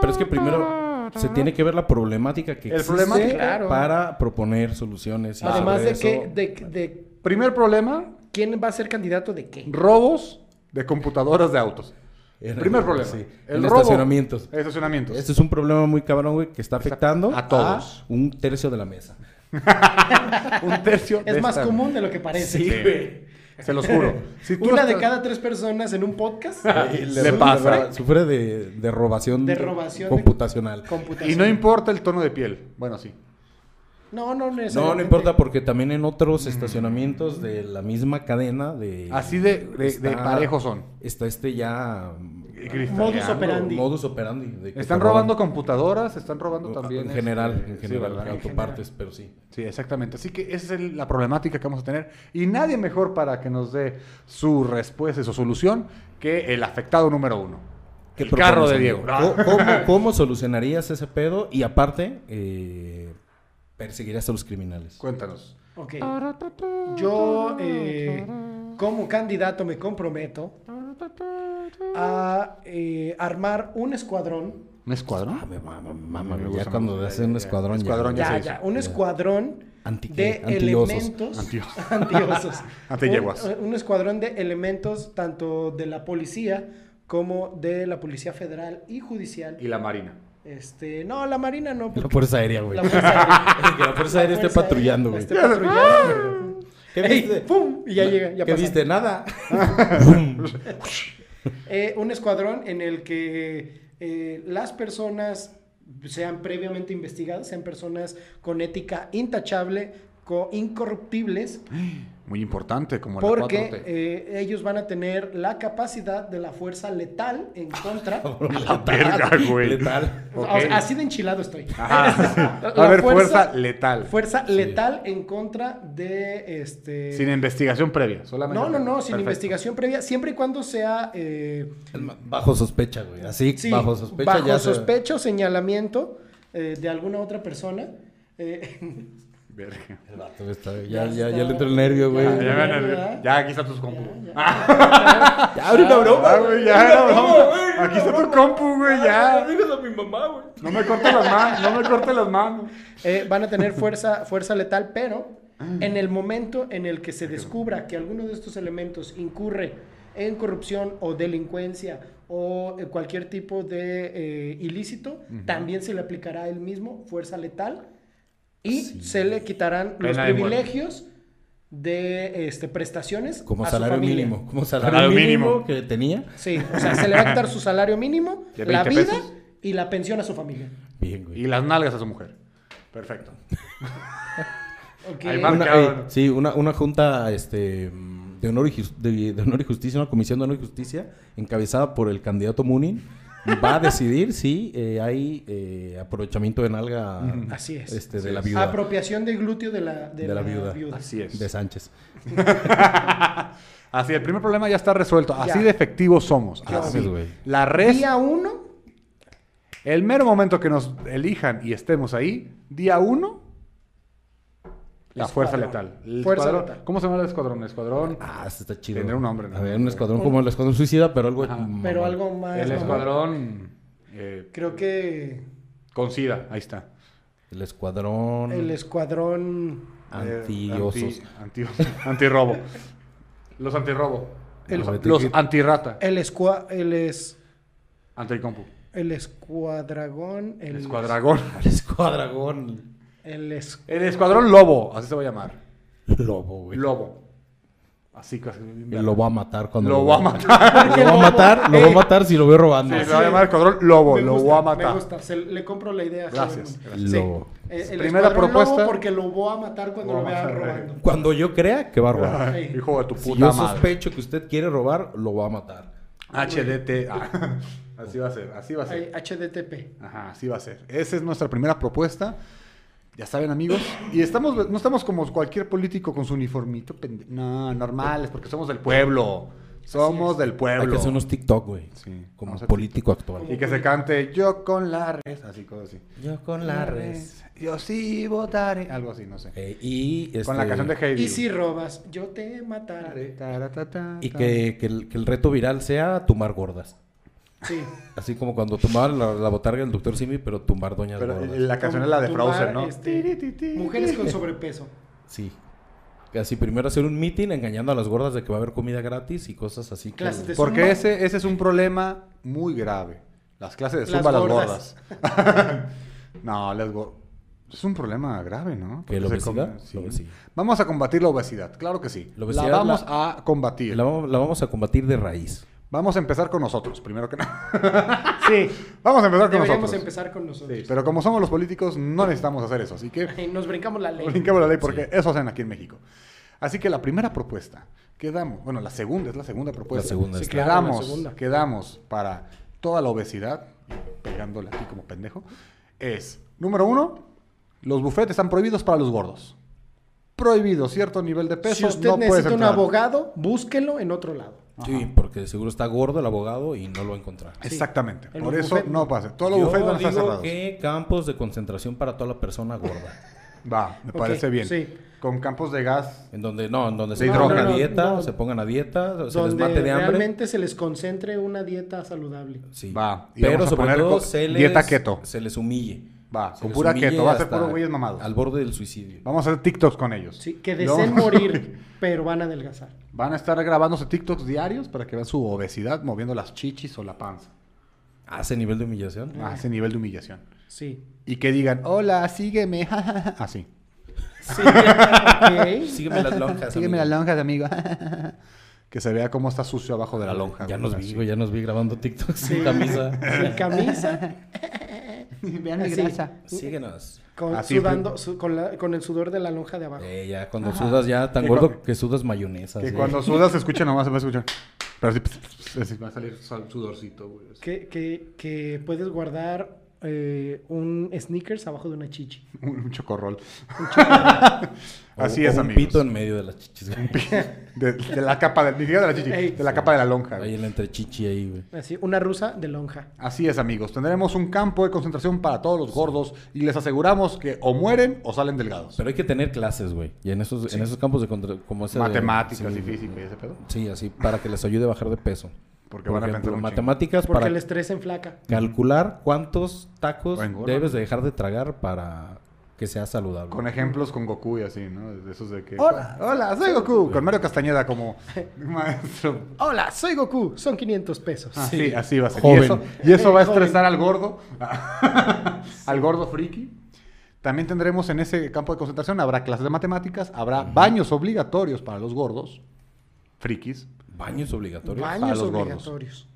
[SPEAKER 4] pero es que primero se tiene que ver la problemática que
[SPEAKER 2] El
[SPEAKER 4] existe
[SPEAKER 2] problema,
[SPEAKER 3] claro.
[SPEAKER 4] para proponer soluciones. y
[SPEAKER 3] Además
[SPEAKER 4] sobre
[SPEAKER 3] de que, de,
[SPEAKER 4] eso-
[SPEAKER 3] de
[SPEAKER 2] Primer problema:
[SPEAKER 3] quién va a ser candidato de qué.
[SPEAKER 2] robos de computadoras de autos.
[SPEAKER 4] En-
[SPEAKER 2] Primer problema.
[SPEAKER 4] sí.
[SPEAKER 2] El
[SPEAKER 4] En
[SPEAKER 2] robo.
[SPEAKER 4] estacionamientos.
[SPEAKER 2] Estacionamientos.
[SPEAKER 4] Este es un problema muy cabrón, güey, que está afectando
[SPEAKER 2] A todos.
[SPEAKER 4] un tercio de la mesa.
[SPEAKER 2] Un tercio. de
[SPEAKER 3] Es más
[SPEAKER 2] esta-
[SPEAKER 3] común de lo que parece.
[SPEAKER 2] Sí, güey. Se los juro. Si tú
[SPEAKER 3] Una
[SPEAKER 2] estás-
[SPEAKER 3] de cada tres personas en un podcast
[SPEAKER 2] ¿Le
[SPEAKER 4] Sufre-
[SPEAKER 2] pasa?
[SPEAKER 4] Sufre de, de robación,
[SPEAKER 3] De robación de-
[SPEAKER 4] computacional.
[SPEAKER 3] computación.
[SPEAKER 2] Y no importa el tono de piel. Bueno, sí.
[SPEAKER 3] No, no
[SPEAKER 4] No,
[SPEAKER 3] necesariamente.
[SPEAKER 4] no importa porque también en otros estacionamientos de la misma cadena de...
[SPEAKER 2] Mm. Así de- de- de parejos son.
[SPEAKER 4] Está este ya... mm,
[SPEAKER 3] Modus operandi.
[SPEAKER 4] Modus operandi. de que
[SPEAKER 2] Están
[SPEAKER 4] te
[SPEAKER 2] robando
[SPEAKER 4] roban.
[SPEAKER 2] computadoras, están robando también.
[SPEAKER 4] Ah, En general,
[SPEAKER 2] este,
[SPEAKER 4] en
[SPEAKER 2] sí,
[SPEAKER 4] general,
[SPEAKER 2] ¿verdad?
[SPEAKER 4] autopartes, pero sí.
[SPEAKER 2] Sí, exactamente. Así que esa es el- la problemática que vamos a tener. Y nadie mejor para que nos dé su respuesta y su solución que el afectado número uno. el
[SPEAKER 4] propones,
[SPEAKER 2] carro de
[SPEAKER 4] amigo?
[SPEAKER 2] Diego.
[SPEAKER 4] ¿Cómo, cómo- cómo solucionarías ese pedo? Y aparte, eh, perseguirías a los criminales.
[SPEAKER 2] Cuéntanos.
[SPEAKER 3] Ok. Yo, eh, como candidato, me comprometo a eh, armar un escuadrón.
[SPEAKER 2] ¿Un escuadrón?
[SPEAKER 4] Mame, mame, mame,
[SPEAKER 2] Me
[SPEAKER 4] ya
[SPEAKER 2] gusta,
[SPEAKER 4] cuando
[SPEAKER 2] me-
[SPEAKER 4] hacen un
[SPEAKER 2] ya,
[SPEAKER 4] escuadrón.
[SPEAKER 2] escuadrón Ya eh,
[SPEAKER 3] Ya,
[SPEAKER 2] se
[SPEAKER 3] ya,
[SPEAKER 2] hizo.
[SPEAKER 3] un
[SPEAKER 4] Ya.
[SPEAKER 3] escuadrón
[SPEAKER 4] Anti-
[SPEAKER 3] de
[SPEAKER 4] antiosos.
[SPEAKER 3] elementos.
[SPEAKER 2] Antio-
[SPEAKER 3] antiosos.
[SPEAKER 2] Antilleguas.
[SPEAKER 3] Un, un escuadrón de elementos tanto de la policía como de la policía federal y judicial.
[SPEAKER 2] Y la Marina.
[SPEAKER 3] Este, no, la marina no.
[SPEAKER 4] La
[SPEAKER 3] porque-
[SPEAKER 4] fuerza aérea, güey.
[SPEAKER 3] La fuerza aérea.
[SPEAKER 4] Que la fuerza aérea esté
[SPEAKER 3] Fuerza
[SPEAKER 4] patrullando, güey.
[SPEAKER 3] esté patrullando.
[SPEAKER 4] ¿Qué
[SPEAKER 3] Ey,
[SPEAKER 4] viste?
[SPEAKER 3] ¡Pum! Y Este ya llega, ya
[SPEAKER 4] ¿Qué
[SPEAKER 3] pasa.
[SPEAKER 4] viste? Nada.
[SPEAKER 3] Eh, un escuadrón en el que eh, las personas sean previamente investigadas, sean personas con ética intachable, co- incorruptibles,
[SPEAKER 2] Muy importante, como la
[SPEAKER 3] Porque
[SPEAKER 2] 4T.
[SPEAKER 3] eh, ellos van a tener la capacidad de la fuerza letal en contra.
[SPEAKER 2] La verga, güey.
[SPEAKER 4] Letal.
[SPEAKER 2] Ah, Ok. Ah,
[SPEAKER 3] O sea, Así de enchilado estoy.
[SPEAKER 2] Ajá.
[SPEAKER 3] La
[SPEAKER 2] Va a haber fuerza letal.
[SPEAKER 3] Fuerza letal en contra de este.
[SPEAKER 2] Sin investigación previa, solamente.
[SPEAKER 3] no, no, no, sin
[SPEAKER 2] Perfecto.
[SPEAKER 3] investigación previa, siempre y cuando sea eh,
[SPEAKER 4] Bajo sospecha, güey. Así,
[SPEAKER 3] sí,
[SPEAKER 4] bajo sospecha
[SPEAKER 3] bajo
[SPEAKER 4] ya se-
[SPEAKER 3] sospecha o señalamiento eh, de alguna otra persona. eh,
[SPEAKER 2] Verga. Ah,
[SPEAKER 4] El vato está- Ya, ya, ya,
[SPEAKER 3] está.
[SPEAKER 4] le entró el nervio, güey.
[SPEAKER 2] Ya,
[SPEAKER 4] Ya,
[SPEAKER 2] me van a- ya, aquí está tus compu. Ah,
[SPEAKER 4] abre una broma.
[SPEAKER 3] Ah,
[SPEAKER 2] güey, ya, no, no. Aquí está tu compu, güey, ya.
[SPEAKER 4] digas a mi mamá, güey.
[SPEAKER 2] No me cortes las manos, no me cortes las manos.
[SPEAKER 3] eh, van a tener fuerza, fuerza letal, pero
[SPEAKER 4] Ah.
[SPEAKER 3] en el momento en el que se descubra que alguno de estos elementos incurre en corrupción o delincuencia o eh, cualquier tipo de eh, ilícito, también se le aplicará el mismo fuerza letal y se le quitarán los
[SPEAKER 2] Pena de muerte.
[SPEAKER 3] privilegios de este, prestaciones
[SPEAKER 4] Como
[SPEAKER 3] a su
[SPEAKER 4] salario
[SPEAKER 3] familia.
[SPEAKER 4] mínimo. Como salario,
[SPEAKER 2] Salario
[SPEAKER 4] mínimo,
[SPEAKER 2] mínimo.
[SPEAKER 4] que tenía.
[SPEAKER 3] Sí, o sea, se le va a quitar su salario mínimo,
[SPEAKER 2] De
[SPEAKER 3] la
[SPEAKER 2] 20
[SPEAKER 3] vida
[SPEAKER 2] pesos.
[SPEAKER 3] y la pensión a su familia.
[SPEAKER 4] Bien, güey.
[SPEAKER 2] Y las nalgas a su mujer. Perfecto.
[SPEAKER 3] Ok.
[SPEAKER 2] Ahí va.
[SPEAKER 4] Una-
[SPEAKER 2] Marcado,
[SPEAKER 4] eh,
[SPEAKER 2] ¿no?
[SPEAKER 4] sí, una, una junta este, mm, de, honor y jus- de, de honor y justicia, una comisión de honor y justicia encabezada por el candidato Munin va a decidir si eh, hay eh, aprovechamiento de nalga
[SPEAKER 3] Así es.
[SPEAKER 4] este,
[SPEAKER 2] Así
[SPEAKER 4] de la
[SPEAKER 2] es. Ah, pues.
[SPEAKER 4] viuda
[SPEAKER 3] Apropiación de glúteo de la, de
[SPEAKER 4] De la
[SPEAKER 3] la
[SPEAKER 4] viuda.
[SPEAKER 3] viuda.
[SPEAKER 2] Así es.
[SPEAKER 4] de Sánchez.
[SPEAKER 2] Así, el primer problema ya está resuelto. Así
[SPEAKER 3] Ya.
[SPEAKER 2] de efectivos somos.
[SPEAKER 4] Claro.
[SPEAKER 2] Así.
[SPEAKER 4] Sí, güey.
[SPEAKER 2] La red,
[SPEAKER 3] Día uno,
[SPEAKER 2] el mero momento que nos elijan y estemos ahí, día uno, la fuerza
[SPEAKER 3] Escuadrón.
[SPEAKER 2] letal. El
[SPEAKER 3] Fuerza
[SPEAKER 2] escuadrón-
[SPEAKER 3] letal.
[SPEAKER 2] ¿Cómo se llama el escuadrón? ¿El escuadrón?
[SPEAKER 4] Ah, este está chido.
[SPEAKER 2] Tendrá un nombre, ¿no?
[SPEAKER 4] A ver, un escuadrón como el escuadrón suicida, pero algo.
[SPEAKER 2] Ajá.
[SPEAKER 4] mamón.
[SPEAKER 3] pero algo más.
[SPEAKER 2] el
[SPEAKER 3] ¿no?
[SPEAKER 2] escuadrón eh,
[SPEAKER 3] Creo que
[SPEAKER 2] con SIDA. Ahí está.
[SPEAKER 4] El escuadrón
[SPEAKER 2] Mm.
[SPEAKER 3] el escuadrón.
[SPEAKER 4] antiosos.
[SPEAKER 2] Eh, Anti, anti- antirrobo. Los antirrobo.
[SPEAKER 3] El-
[SPEAKER 2] los los antirrata.
[SPEAKER 3] El escua. El es.
[SPEAKER 2] Anticompu.
[SPEAKER 3] El escuadragón. El,
[SPEAKER 2] El escuadragón.
[SPEAKER 4] El escuadragón.
[SPEAKER 3] El es-
[SPEAKER 2] El escuadrón lobo. Así se va a llamar.
[SPEAKER 4] Lobo, güey.
[SPEAKER 2] Lobo. Así casi.
[SPEAKER 4] Y Lo va a matar cuando
[SPEAKER 2] Lo voy a matar.
[SPEAKER 4] Lo va a matar, lo va a matar si lo veo robando.
[SPEAKER 2] Sí, se va a llamar escuadrón lobo.
[SPEAKER 3] me
[SPEAKER 2] Lo
[SPEAKER 3] gusta,
[SPEAKER 2] voy a
[SPEAKER 3] Me
[SPEAKER 2] matar.
[SPEAKER 3] gusta. se- le compro la idea. a
[SPEAKER 2] Gracias,
[SPEAKER 3] Javier
[SPEAKER 2] gracias.
[SPEAKER 3] Muñoz. Sí.
[SPEAKER 4] Lobo.
[SPEAKER 3] Eh, el
[SPEAKER 2] Primera
[SPEAKER 3] escuadrón
[SPEAKER 2] propuesta.
[SPEAKER 3] lobo porque lo voy a matar cuando
[SPEAKER 2] Lo
[SPEAKER 3] lo
[SPEAKER 2] voy a
[SPEAKER 3] vea
[SPEAKER 2] matar.
[SPEAKER 3] robando.
[SPEAKER 4] Cuando yo crea que va a robar.
[SPEAKER 2] Ay, Hijo de tu
[SPEAKER 4] Si
[SPEAKER 2] puta
[SPEAKER 4] yo
[SPEAKER 2] madre.
[SPEAKER 4] sospecho que usted quiere robar, lo va a matar.
[SPEAKER 2] HDT. Ah, Así va a ser. Así va a ser.
[SPEAKER 3] Ay, HDTP.
[SPEAKER 2] Ajá, así va a ser. Esa es nuestra primera propuesta. Ya saben, amigos. Y estamos, no estamos como cualquier político con su uniformito. pende- No, normales, porque somos del pueblo. Somos del
[SPEAKER 4] Hay
[SPEAKER 2] pueblo.
[SPEAKER 4] que hacer unos TikTok, güey.
[SPEAKER 2] Sí,
[SPEAKER 4] Como
[SPEAKER 2] vamos a
[SPEAKER 4] político actual.
[SPEAKER 2] Y que se cante yo con la res, así, cosas así.
[SPEAKER 4] Yo con la res.
[SPEAKER 2] Yo sí votaré. Algo así, no sé.
[SPEAKER 4] Eh, y este-
[SPEAKER 2] Con la canción de Heidi.
[SPEAKER 3] Y si robas, yo te mataré.
[SPEAKER 2] Taratata.
[SPEAKER 4] Y que, que el, que el reto viral sea tumbar gordas.
[SPEAKER 3] Sí.
[SPEAKER 4] Así como cuando tumbaban la, la botarga del doctor Simi, pero tumbar doñas
[SPEAKER 2] Pero eh,
[SPEAKER 4] gordas.
[SPEAKER 2] la canción es la de
[SPEAKER 3] Tumbar,
[SPEAKER 2] Frozen, ¿no?
[SPEAKER 3] este, mujeres con sobrepeso.
[SPEAKER 4] Sí. Así primero hacer un meeting engañando a las gordas de que va a haber comida gratis y cosas así. que-
[SPEAKER 3] Clases de
[SPEAKER 2] Porque
[SPEAKER 3] Zumba.
[SPEAKER 2] ese, ese es un problema muy grave. Las clases de
[SPEAKER 3] Las
[SPEAKER 2] zumba a las gordas.
[SPEAKER 3] gordas.
[SPEAKER 2] no, las gordas. Es un problema grave, ¿no?
[SPEAKER 4] ¿Qué, la
[SPEAKER 2] Porque se
[SPEAKER 4] obesidad?
[SPEAKER 2] come-
[SPEAKER 4] La obesidad.
[SPEAKER 2] Vamos a combatir la obesidad, claro que sí.
[SPEAKER 4] La
[SPEAKER 2] La,
[SPEAKER 4] obesidad
[SPEAKER 2] vamos a
[SPEAKER 4] Y
[SPEAKER 2] combatir.
[SPEAKER 4] la, vamos- la vamos a combatir de raíz.
[SPEAKER 2] Vamos a empezar con nosotros, primero que nada.
[SPEAKER 3] Sí.
[SPEAKER 2] vamos a empezar con
[SPEAKER 3] Deberíamos
[SPEAKER 2] nosotros.
[SPEAKER 3] empezar con nosotros.
[SPEAKER 2] Sí, pero como somos los políticos, no necesitamos hacer eso. Así que
[SPEAKER 3] Ay, Nos brincamos la ley.
[SPEAKER 2] brincamos la ley porque eso hacen aquí en México. Así que la primera propuesta que damos, bueno, la segunda es la segunda propuesta.
[SPEAKER 4] La segunda
[SPEAKER 2] Sí,
[SPEAKER 4] es
[SPEAKER 2] que
[SPEAKER 4] la-
[SPEAKER 2] damos,
[SPEAKER 3] la segunda.
[SPEAKER 2] que damos para toda la obesidad, pegándole aquí como pendejo, es, número uno, los bufetes están prohibidos para los gordos. Prohibido cierto nivel de peso.
[SPEAKER 3] si usted
[SPEAKER 2] no puedes
[SPEAKER 3] necesita un
[SPEAKER 2] entrar.
[SPEAKER 3] abogado, búsquelo en otro lado.
[SPEAKER 4] Sí, porque seguro está gordo el abogado y no lo va a encontrar.
[SPEAKER 2] Exactamente.
[SPEAKER 3] En
[SPEAKER 2] Por
[SPEAKER 3] los
[SPEAKER 2] eso
[SPEAKER 3] bufetes.
[SPEAKER 2] no pasa. Todos los
[SPEAKER 4] Yo
[SPEAKER 2] bufetes van a estar
[SPEAKER 4] digo
[SPEAKER 2] cerrados.
[SPEAKER 4] que campos de concentración para toda la persona gorda.
[SPEAKER 2] Va, me
[SPEAKER 3] Ok,
[SPEAKER 2] parece bien.
[SPEAKER 3] sí.
[SPEAKER 2] Con campos de gas.
[SPEAKER 4] En donde, no, en donde se
[SPEAKER 2] De
[SPEAKER 4] pongan
[SPEAKER 2] hidrógeno.
[SPEAKER 4] a dieta,
[SPEAKER 3] No.
[SPEAKER 4] se pongan a dieta, se les
[SPEAKER 3] donde
[SPEAKER 4] mate de hambre.
[SPEAKER 3] realmente se les concentre una dieta saludable.
[SPEAKER 4] Sí.
[SPEAKER 2] Va, y
[SPEAKER 4] Pero
[SPEAKER 2] vamos a
[SPEAKER 4] sobre
[SPEAKER 2] poner
[SPEAKER 4] todo
[SPEAKER 2] co-
[SPEAKER 4] se les,
[SPEAKER 2] dieta keto.
[SPEAKER 4] se les humille.
[SPEAKER 2] Va,
[SPEAKER 4] Se
[SPEAKER 2] con
[SPEAKER 4] les
[SPEAKER 2] pura
[SPEAKER 4] humille
[SPEAKER 2] keto. Va a ser
[SPEAKER 4] hasta
[SPEAKER 2] puro güeyes mamados.
[SPEAKER 4] Al borde del suicidio.
[SPEAKER 2] Vamos a hacer TikToks con ellos.
[SPEAKER 3] Sí, que
[SPEAKER 2] Luego-
[SPEAKER 3] deseen morir, pero van a adelgazar.
[SPEAKER 2] Van a estar grabándose TikToks diarios para que vean su obesidad moviendo las chichis o la panza.
[SPEAKER 4] A ese nivel de humillación.
[SPEAKER 2] A ese nivel de humillación.
[SPEAKER 3] Sí.
[SPEAKER 2] Y que digan, hola, sígueme. ja, ja, ja". Así.
[SPEAKER 3] Sí. ok.
[SPEAKER 4] Sígueme las lonjas.
[SPEAKER 2] sígueme las
[SPEAKER 4] amigo.
[SPEAKER 2] lonjas, amigo. que se vea cómo está sucio abajo de la lonja. Ah,
[SPEAKER 4] Ya
[SPEAKER 2] güey,
[SPEAKER 4] nos
[SPEAKER 2] así.
[SPEAKER 4] vi, güey, ya nos vi grabando TikTok sin camisa.
[SPEAKER 3] Sin camisa.
[SPEAKER 5] Vean
[SPEAKER 3] mi grasa.
[SPEAKER 4] Síguenos.
[SPEAKER 3] Con,
[SPEAKER 2] Así,
[SPEAKER 3] sudando, su- con, la- con el sudor de la lonja de abajo.
[SPEAKER 4] Eh, ya cuando sudas, ya
[SPEAKER 2] Ah.
[SPEAKER 4] tan
[SPEAKER 2] Que
[SPEAKER 4] gordo
[SPEAKER 2] cuando-
[SPEAKER 4] que sudas mayonesa.
[SPEAKER 2] Que
[SPEAKER 4] sí.
[SPEAKER 2] cuando sudas se escucha nomás, se va a escuchar. Pero así, así va a salir sal- sudorcito, güey. así.
[SPEAKER 3] Que, que, que puedes guardar eh, un sneakers abajo de una chichi.
[SPEAKER 2] Un, un chocorrol.
[SPEAKER 4] O-
[SPEAKER 2] así
[SPEAKER 4] o
[SPEAKER 2] es,
[SPEAKER 4] un
[SPEAKER 2] amigos.
[SPEAKER 4] pito en medio de las chichis. güey.
[SPEAKER 2] De, de la capa, de, ni siquiera de la chichi,
[SPEAKER 3] Ey.
[SPEAKER 2] de la capa de la lonja. güey.
[SPEAKER 4] Ahí en la entrechichi ahí, güey.
[SPEAKER 3] Así, una rusa de lonja.
[SPEAKER 2] Así es, amigos. Tendremos un campo de concentración para todos los gordos y les aseguramos que o mueren o salen delgados.
[SPEAKER 4] Pero hay que tener clases, güey. Y en esos, en esos campos de contra- como ese de-
[SPEAKER 2] Matemáticas
[SPEAKER 4] sí,
[SPEAKER 2] y física y ese pedo.
[SPEAKER 4] Sí, así, para que les ayude a bajar de peso.
[SPEAKER 2] Porque van a pensar un chingo.
[SPEAKER 4] matemáticas
[SPEAKER 3] Porque
[SPEAKER 4] para
[SPEAKER 3] el estrés enflaca.
[SPEAKER 4] calcular cuántos tacos
[SPEAKER 2] Buen gordo.
[SPEAKER 4] debes de dejar de tragar para que sea saludable.
[SPEAKER 2] Con e- ejemplos con Goku y así, ¿no? De esos de que.
[SPEAKER 3] Hola.
[SPEAKER 2] hola, soy Goku. Con Mario Castañeda como maestro.
[SPEAKER 3] Hola, soy Goku. Son 500 pesos.
[SPEAKER 2] Así, así va a ser.
[SPEAKER 4] Joven.
[SPEAKER 2] Y eso, y eso
[SPEAKER 3] Eh,
[SPEAKER 2] va a
[SPEAKER 3] joven.
[SPEAKER 2] estresar al gordo, al gordo friki. También tendremos en ese campo de concentración, habrá clases de matemáticas, habrá baños obligatorios para los gordos, frikis.
[SPEAKER 4] Baños obligatorios.
[SPEAKER 2] para
[SPEAKER 3] Baños
[SPEAKER 2] los gordos.
[SPEAKER 3] obligatorios.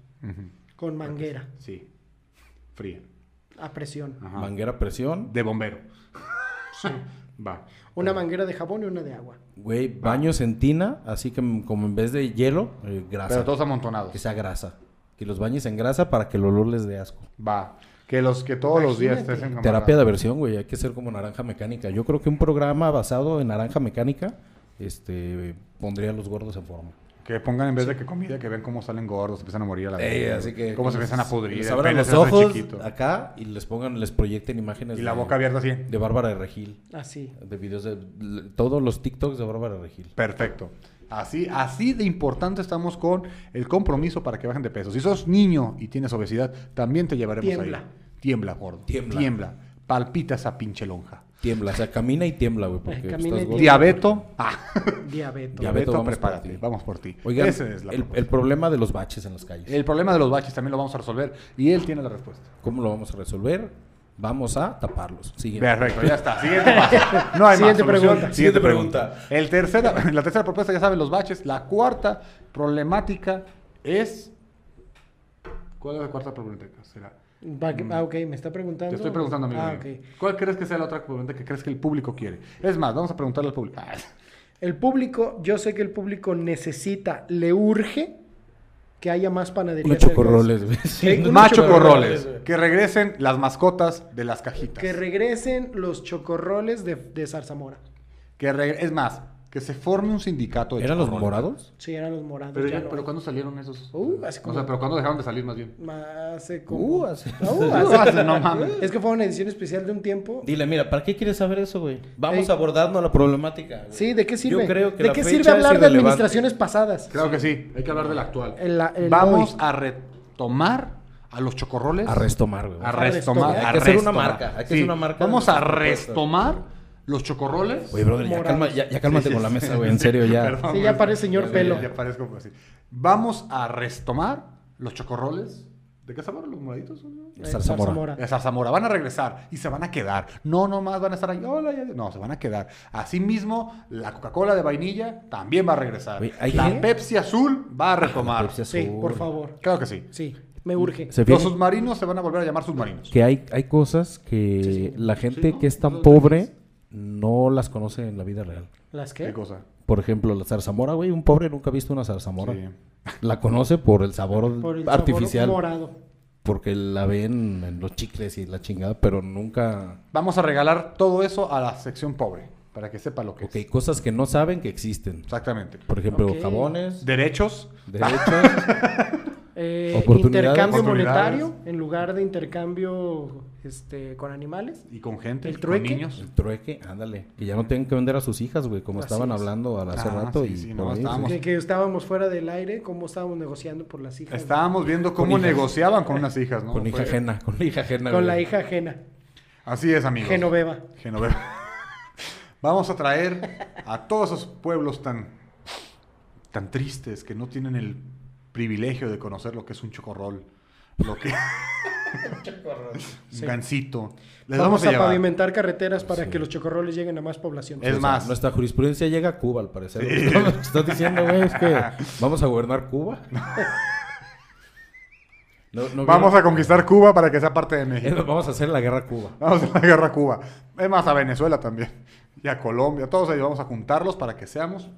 [SPEAKER 3] Con manguera.
[SPEAKER 2] Sí, fría.
[SPEAKER 3] A presión.
[SPEAKER 2] Ajá.
[SPEAKER 4] Manguera a presión.
[SPEAKER 2] De bombero. va.
[SPEAKER 3] Una manguera de jabón y una de agua.
[SPEAKER 4] Güey,
[SPEAKER 2] Ah.
[SPEAKER 4] baños en tina, así que m- como en vez de hielo, eh, grasa.
[SPEAKER 2] Pero todos amontonados.
[SPEAKER 4] Que sea grasa. Que los bañes en grasa para que el olor les dé asco.
[SPEAKER 2] Va. Que los que todos los días
[SPEAKER 3] Imagínate.
[SPEAKER 2] estés en
[SPEAKER 4] Terapia de aversión, güey. Hay que ser como naranja mecánica. Yo creo que un programa basado en naranja mecánica este, pondría a los gordos en forma.
[SPEAKER 2] Que pongan en vez de que comida, que ven cómo salen gordos, se empiezan a morir a la vez. Cómo se
[SPEAKER 4] les-
[SPEAKER 2] empiezan a pudrir.
[SPEAKER 4] les
[SPEAKER 2] el
[SPEAKER 4] abran
[SPEAKER 2] pene
[SPEAKER 4] los
[SPEAKER 2] se hace
[SPEAKER 4] ojos
[SPEAKER 2] chiquito.
[SPEAKER 4] acá y les pongan, les proyecten imágenes
[SPEAKER 2] Y la boca abierta así.
[SPEAKER 4] de Bárbara de Regil.
[SPEAKER 3] Así.
[SPEAKER 4] De videos de l- todos los TikToks de Bárbara de Regil.
[SPEAKER 2] Perfecto. Así, así de importante estamos con el compromiso para que bajen de peso. Si sos niño y tienes obesidad, también te llevaremos ahí.
[SPEAKER 3] Tiembla.
[SPEAKER 2] Tiembla, gordo.
[SPEAKER 4] Tiembla.
[SPEAKER 2] Tiembla. Palpita esa pinche lonja.
[SPEAKER 4] Tiembla, o sea, camina y tiembla, güey. Porque
[SPEAKER 3] camina
[SPEAKER 4] estás
[SPEAKER 3] y tiembla.
[SPEAKER 4] gordo.
[SPEAKER 2] Diabeto. Ah,
[SPEAKER 3] Diabeto.
[SPEAKER 4] Diab-
[SPEAKER 2] diabeto,
[SPEAKER 4] vamos por
[SPEAKER 2] prepárate.
[SPEAKER 4] ti.
[SPEAKER 2] Vamos por ti.
[SPEAKER 4] Oigan,
[SPEAKER 2] Ese es la
[SPEAKER 4] el, el
[SPEAKER 2] propuesta.
[SPEAKER 4] problema de los baches en las calles.
[SPEAKER 2] el problema de los baches también lo vamos a resolver. Y él tiene la respuesta.
[SPEAKER 4] ¿Cómo lo vamos a resolver? Vamos a taparlos. Siguiente.
[SPEAKER 2] Perfecto, ya está. Siguiente paso. No hay
[SPEAKER 3] Siguiente
[SPEAKER 2] más solución.
[SPEAKER 3] pregunta.
[SPEAKER 4] Siguiente pregunta.
[SPEAKER 2] El tercera, la tercera propuesta, ya saben, los baches. La cuarta problemática es. ¿Cuál es la cuarta problemática? Será.
[SPEAKER 3] Va- Ah, ok, me está preguntando.
[SPEAKER 2] Mm. Te estoy preguntando, amigo.
[SPEAKER 3] Ah,
[SPEAKER 2] mío.
[SPEAKER 3] ok.
[SPEAKER 2] ¿Cuál crees que sea la otra pregunta que crees que el público quiere? Es más, vamos a preguntarle al público. Ah,
[SPEAKER 3] El público, yo sé que el público necesita, le urge que haya más panaderías.
[SPEAKER 4] Unos chocorroles, güey.
[SPEAKER 3] Eh, unos
[SPEAKER 2] Más
[SPEAKER 3] chocorroles,
[SPEAKER 2] chocorroles.
[SPEAKER 3] güey.
[SPEAKER 2] Que regresen las mascotas de las cajitas.
[SPEAKER 3] Que regresen los chocorroles de, de Zarzamora.
[SPEAKER 2] Que regre- es más, que se forme un sindicato de
[SPEAKER 4] ¿Eran los
[SPEAKER 2] chocorroles.
[SPEAKER 4] morados?
[SPEAKER 3] Sí, eran los morados.
[SPEAKER 2] Pero,
[SPEAKER 3] Pues ya
[SPEAKER 2] ya-
[SPEAKER 3] no.
[SPEAKER 2] pero ¿cuándo salieron esos?
[SPEAKER 3] Uh, hace
[SPEAKER 2] o
[SPEAKER 3] como-
[SPEAKER 2] sea, pero ¿cuándo dejaron de salir más bien?
[SPEAKER 3] Ma- hace como-
[SPEAKER 4] Uh, hace-
[SPEAKER 3] Ah, uh,
[SPEAKER 2] Uh, hace- no mames.
[SPEAKER 3] Es que fue una edición especial de un tiempo.
[SPEAKER 4] Dile, mira, ¿para qué quieres saber eso, güey? Vamos
[SPEAKER 3] Ey.
[SPEAKER 4] abordando la problemática. güey.
[SPEAKER 3] Sí, ¿de qué sirve?
[SPEAKER 4] Yo creo que
[SPEAKER 3] ¿De
[SPEAKER 4] la
[SPEAKER 3] qué
[SPEAKER 4] fecha
[SPEAKER 3] sirve
[SPEAKER 4] es
[SPEAKER 3] hablar de
[SPEAKER 4] irrelevante.
[SPEAKER 3] administraciones pasadas?
[SPEAKER 2] Claro que sí, hay que hablar del actual.
[SPEAKER 3] El- la- el
[SPEAKER 2] Vamos
[SPEAKER 3] hoy.
[SPEAKER 2] a retomar a los chocorroles.
[SPEAKER 4] A restomar, güey.
[SPEAKER 2] A restomar.
[SPEAKER 4] Hay
[SPEAKER 2] a
[SPEAKER 4] que hacer una
[SPEAKER 2] restomar.
[SPEAKER 4] marca, hay que hacer una marca de
[SPEAKER 2] Vamos a
[SPEAKER 4] nuestras propuestas.
[SPEAKER 2] restomar los chocorroles.
[SPEAKER 4] Oye, brother, ya,
[SPEAKER 3] Morados.
[SPEAKER 4] calma- ya- ya cálmate
[SPEAKER 2] Sí, sí,
[SPEAKER 4] con la
[SPEAKER 2] sí.
[SPEAKER 4] mesa, güey. En serio, ya.
[SPEAKER 2] Perdón,
[SPEAKER 3] Sí, ya
[SPEAKER 2] güey.
[SPEAKER 3] parece señor
[SPEAKER 2] Ya,
[SPEAKER 3] pelo.
[SPEAKER 2] Ya, ya parezco como así. Vamos a restomar los chocorroles. ¿De qué sabor? ¿Los moraditos? o no?
[SPEAKER 3] Eh,
[SPEAKER 4] Zarzamora.
[SPEAKER 2] De Zarzamora. Van a regresar y se van a quedar. No, nomás van a estar ahí. Hola, ya- No, se van a quedar. Asimismo, la Coca-Cola de vainilla también va a regresar.
[SPEAKER 4] Güey, ¿hay
[SPEAKER 2] la
[SPEAKER 4] qué? Ah,
[SPEAKER 2] Pepsi azul va a retomar.
[SPEAKER 4] Pepsi azul.
[SPEAKER 3] Sí, por favor.
[SPEAKER 2] Claro que sí.
[SPEAKER 3] Sí, me urge.
[SPEAKER 4] Se
[SPEAKER 2] Los
[SPEAKER 4] fijan
[SPEAKER 2] submarinos se van a volver a llamar submarinos.
[SPEAKER 4] que hay, hay cosas que la gente
[SPEAKER 2] ¿no?
[SPEAKER 4] que es tan
[SPEAKER 2] Los
[SPEAKER 4] pobre no las conoce en la vida real.
[SPEAKER 3] ¿Las
[SPEAKER 2] ¿Qué
[SPEAKER 3] qué?
[SPEAKER 2] cosa?
[SPEAKER 4] Por ejemplo, la zarzamora, güey. Un pobre nunca ha visto una zarzamora.
[SPEAKER 2] Sí.
[SPEAKER 4] La conoce por el sabor
[SPEAKER 3] Por el sabor
[SPEAKER 4] artificial.
[SPEAKER 3] morado.
[SPEAKER 4] porque la ven en los chicles y la chingada, pero nunca...
[SPEAKER 2] Vamos a regalar todo eso a la sección pobre para que sepa lo que
[SPEAKER 4] Ok,
[SPEAKER 2] es.
[SPEAKER 4] cosas que no saben que existen.
[SPEAKER 2] Exactamente.
[SPEAKER 4] Por ejemplo,
[SPEAKER 3] Ok.
[SPEAKER 4] jabones,
[SPEAKER 2] Derechos.
[SPEAKER 4] derechos,
[SPEAKER 3] Eh,
[SPEAKER 4] Oportunidades.
[SPEAKER 3] intercambio
[SPEAKER 2] Oportunidades.
[SPEAKER 3] monetario en lugar de intercambio este, con animales.
[SPEAKER 2] Y con gente,
[SPEAKER 3] ¿El
[SPEAKER 2] con
[SPEAKER 3] trueque?
[SPEAKER 2] niños.
[SPEAKER 4] el trueque, ándale. Que ya no tienen que vender a sus hijas, güey, como
[SPEAKER 3] Así
[SPEAKER 4] estaban
[SPEAKER 3] es.
[SPEAKER 4] hablando al- hace
[SPEAKER 2] Ah,
[SPEAKER 4] rato.
[SPEAKER 2] sí,
[SPEAKER 4] y
[SPEAKER 2] sí,
[SPEAKER 4] por
[SPEAKER 2] no,
[SPEAKER 4] ahí,
[SPEAKER 2] estábamos-
[SPEAKER 4] sí.
[SPEAKER 3] Que, que estábamos fuera del aire, cómo estábamos negociando por las hijas.
[SPEAKER 2] Estábamos viendo cómo
[SPEAKER 4] hijas.
[SPEAKER 2] negociaban con unas hijas, ¿no?
[SPEAKER 4] Con hija
[SPEAKER 2] Fue-
[SPEAKER 4] ajena, con la hija ajena.
[SPEAKER 3] Con la
[SPEAKER 4] güey.
[SPEAKER 3] hija ajena,
[SPEAKER 2] Así es, amigos.
[SPEAKER 3] Genoveva.
[SPEAKER 2] Genoveva. Vamos a traer a todos esos pueblos tan, tan tristes que no tienen el privilegio de conocer lo que es un chocorrol, lo que un gancito. Les vamos,
[SPEAKER 3] Vamos,
[SPEAKER 2] a
[SPEAKER 3] a,
[SPEAKER 2] llevar.
[SPEAKER 3] pavimentar carreteras para que los chocorroles lleguen a más población.
[SPEAKER 2] Es
[SPEAKER 4] O sea,
[SPEAKER 2] más,
[SPEAKER 4] Nuestra jurisprudencia llega a Cuba, al parecer. Lo que estás diciendo, güey, es que vamos a gobernar Cuba. No- no
[SPEAKER 2] Vamos a
[SPEAKER 4] vieron-
[SPEAKER 2] conquistar Cuba para que sea parte de
[SPEAKER 4] Eh,
[SPEAKER 2] México.
[SPEAKER 4] Vamos a hacer la guerra a Cuba.
[SPEAKER 2] Vamos a la guerra a Cuba. Es más, a Venezuela también. Y a Colombia. Todos ellos vamos a juntarlos para que seamos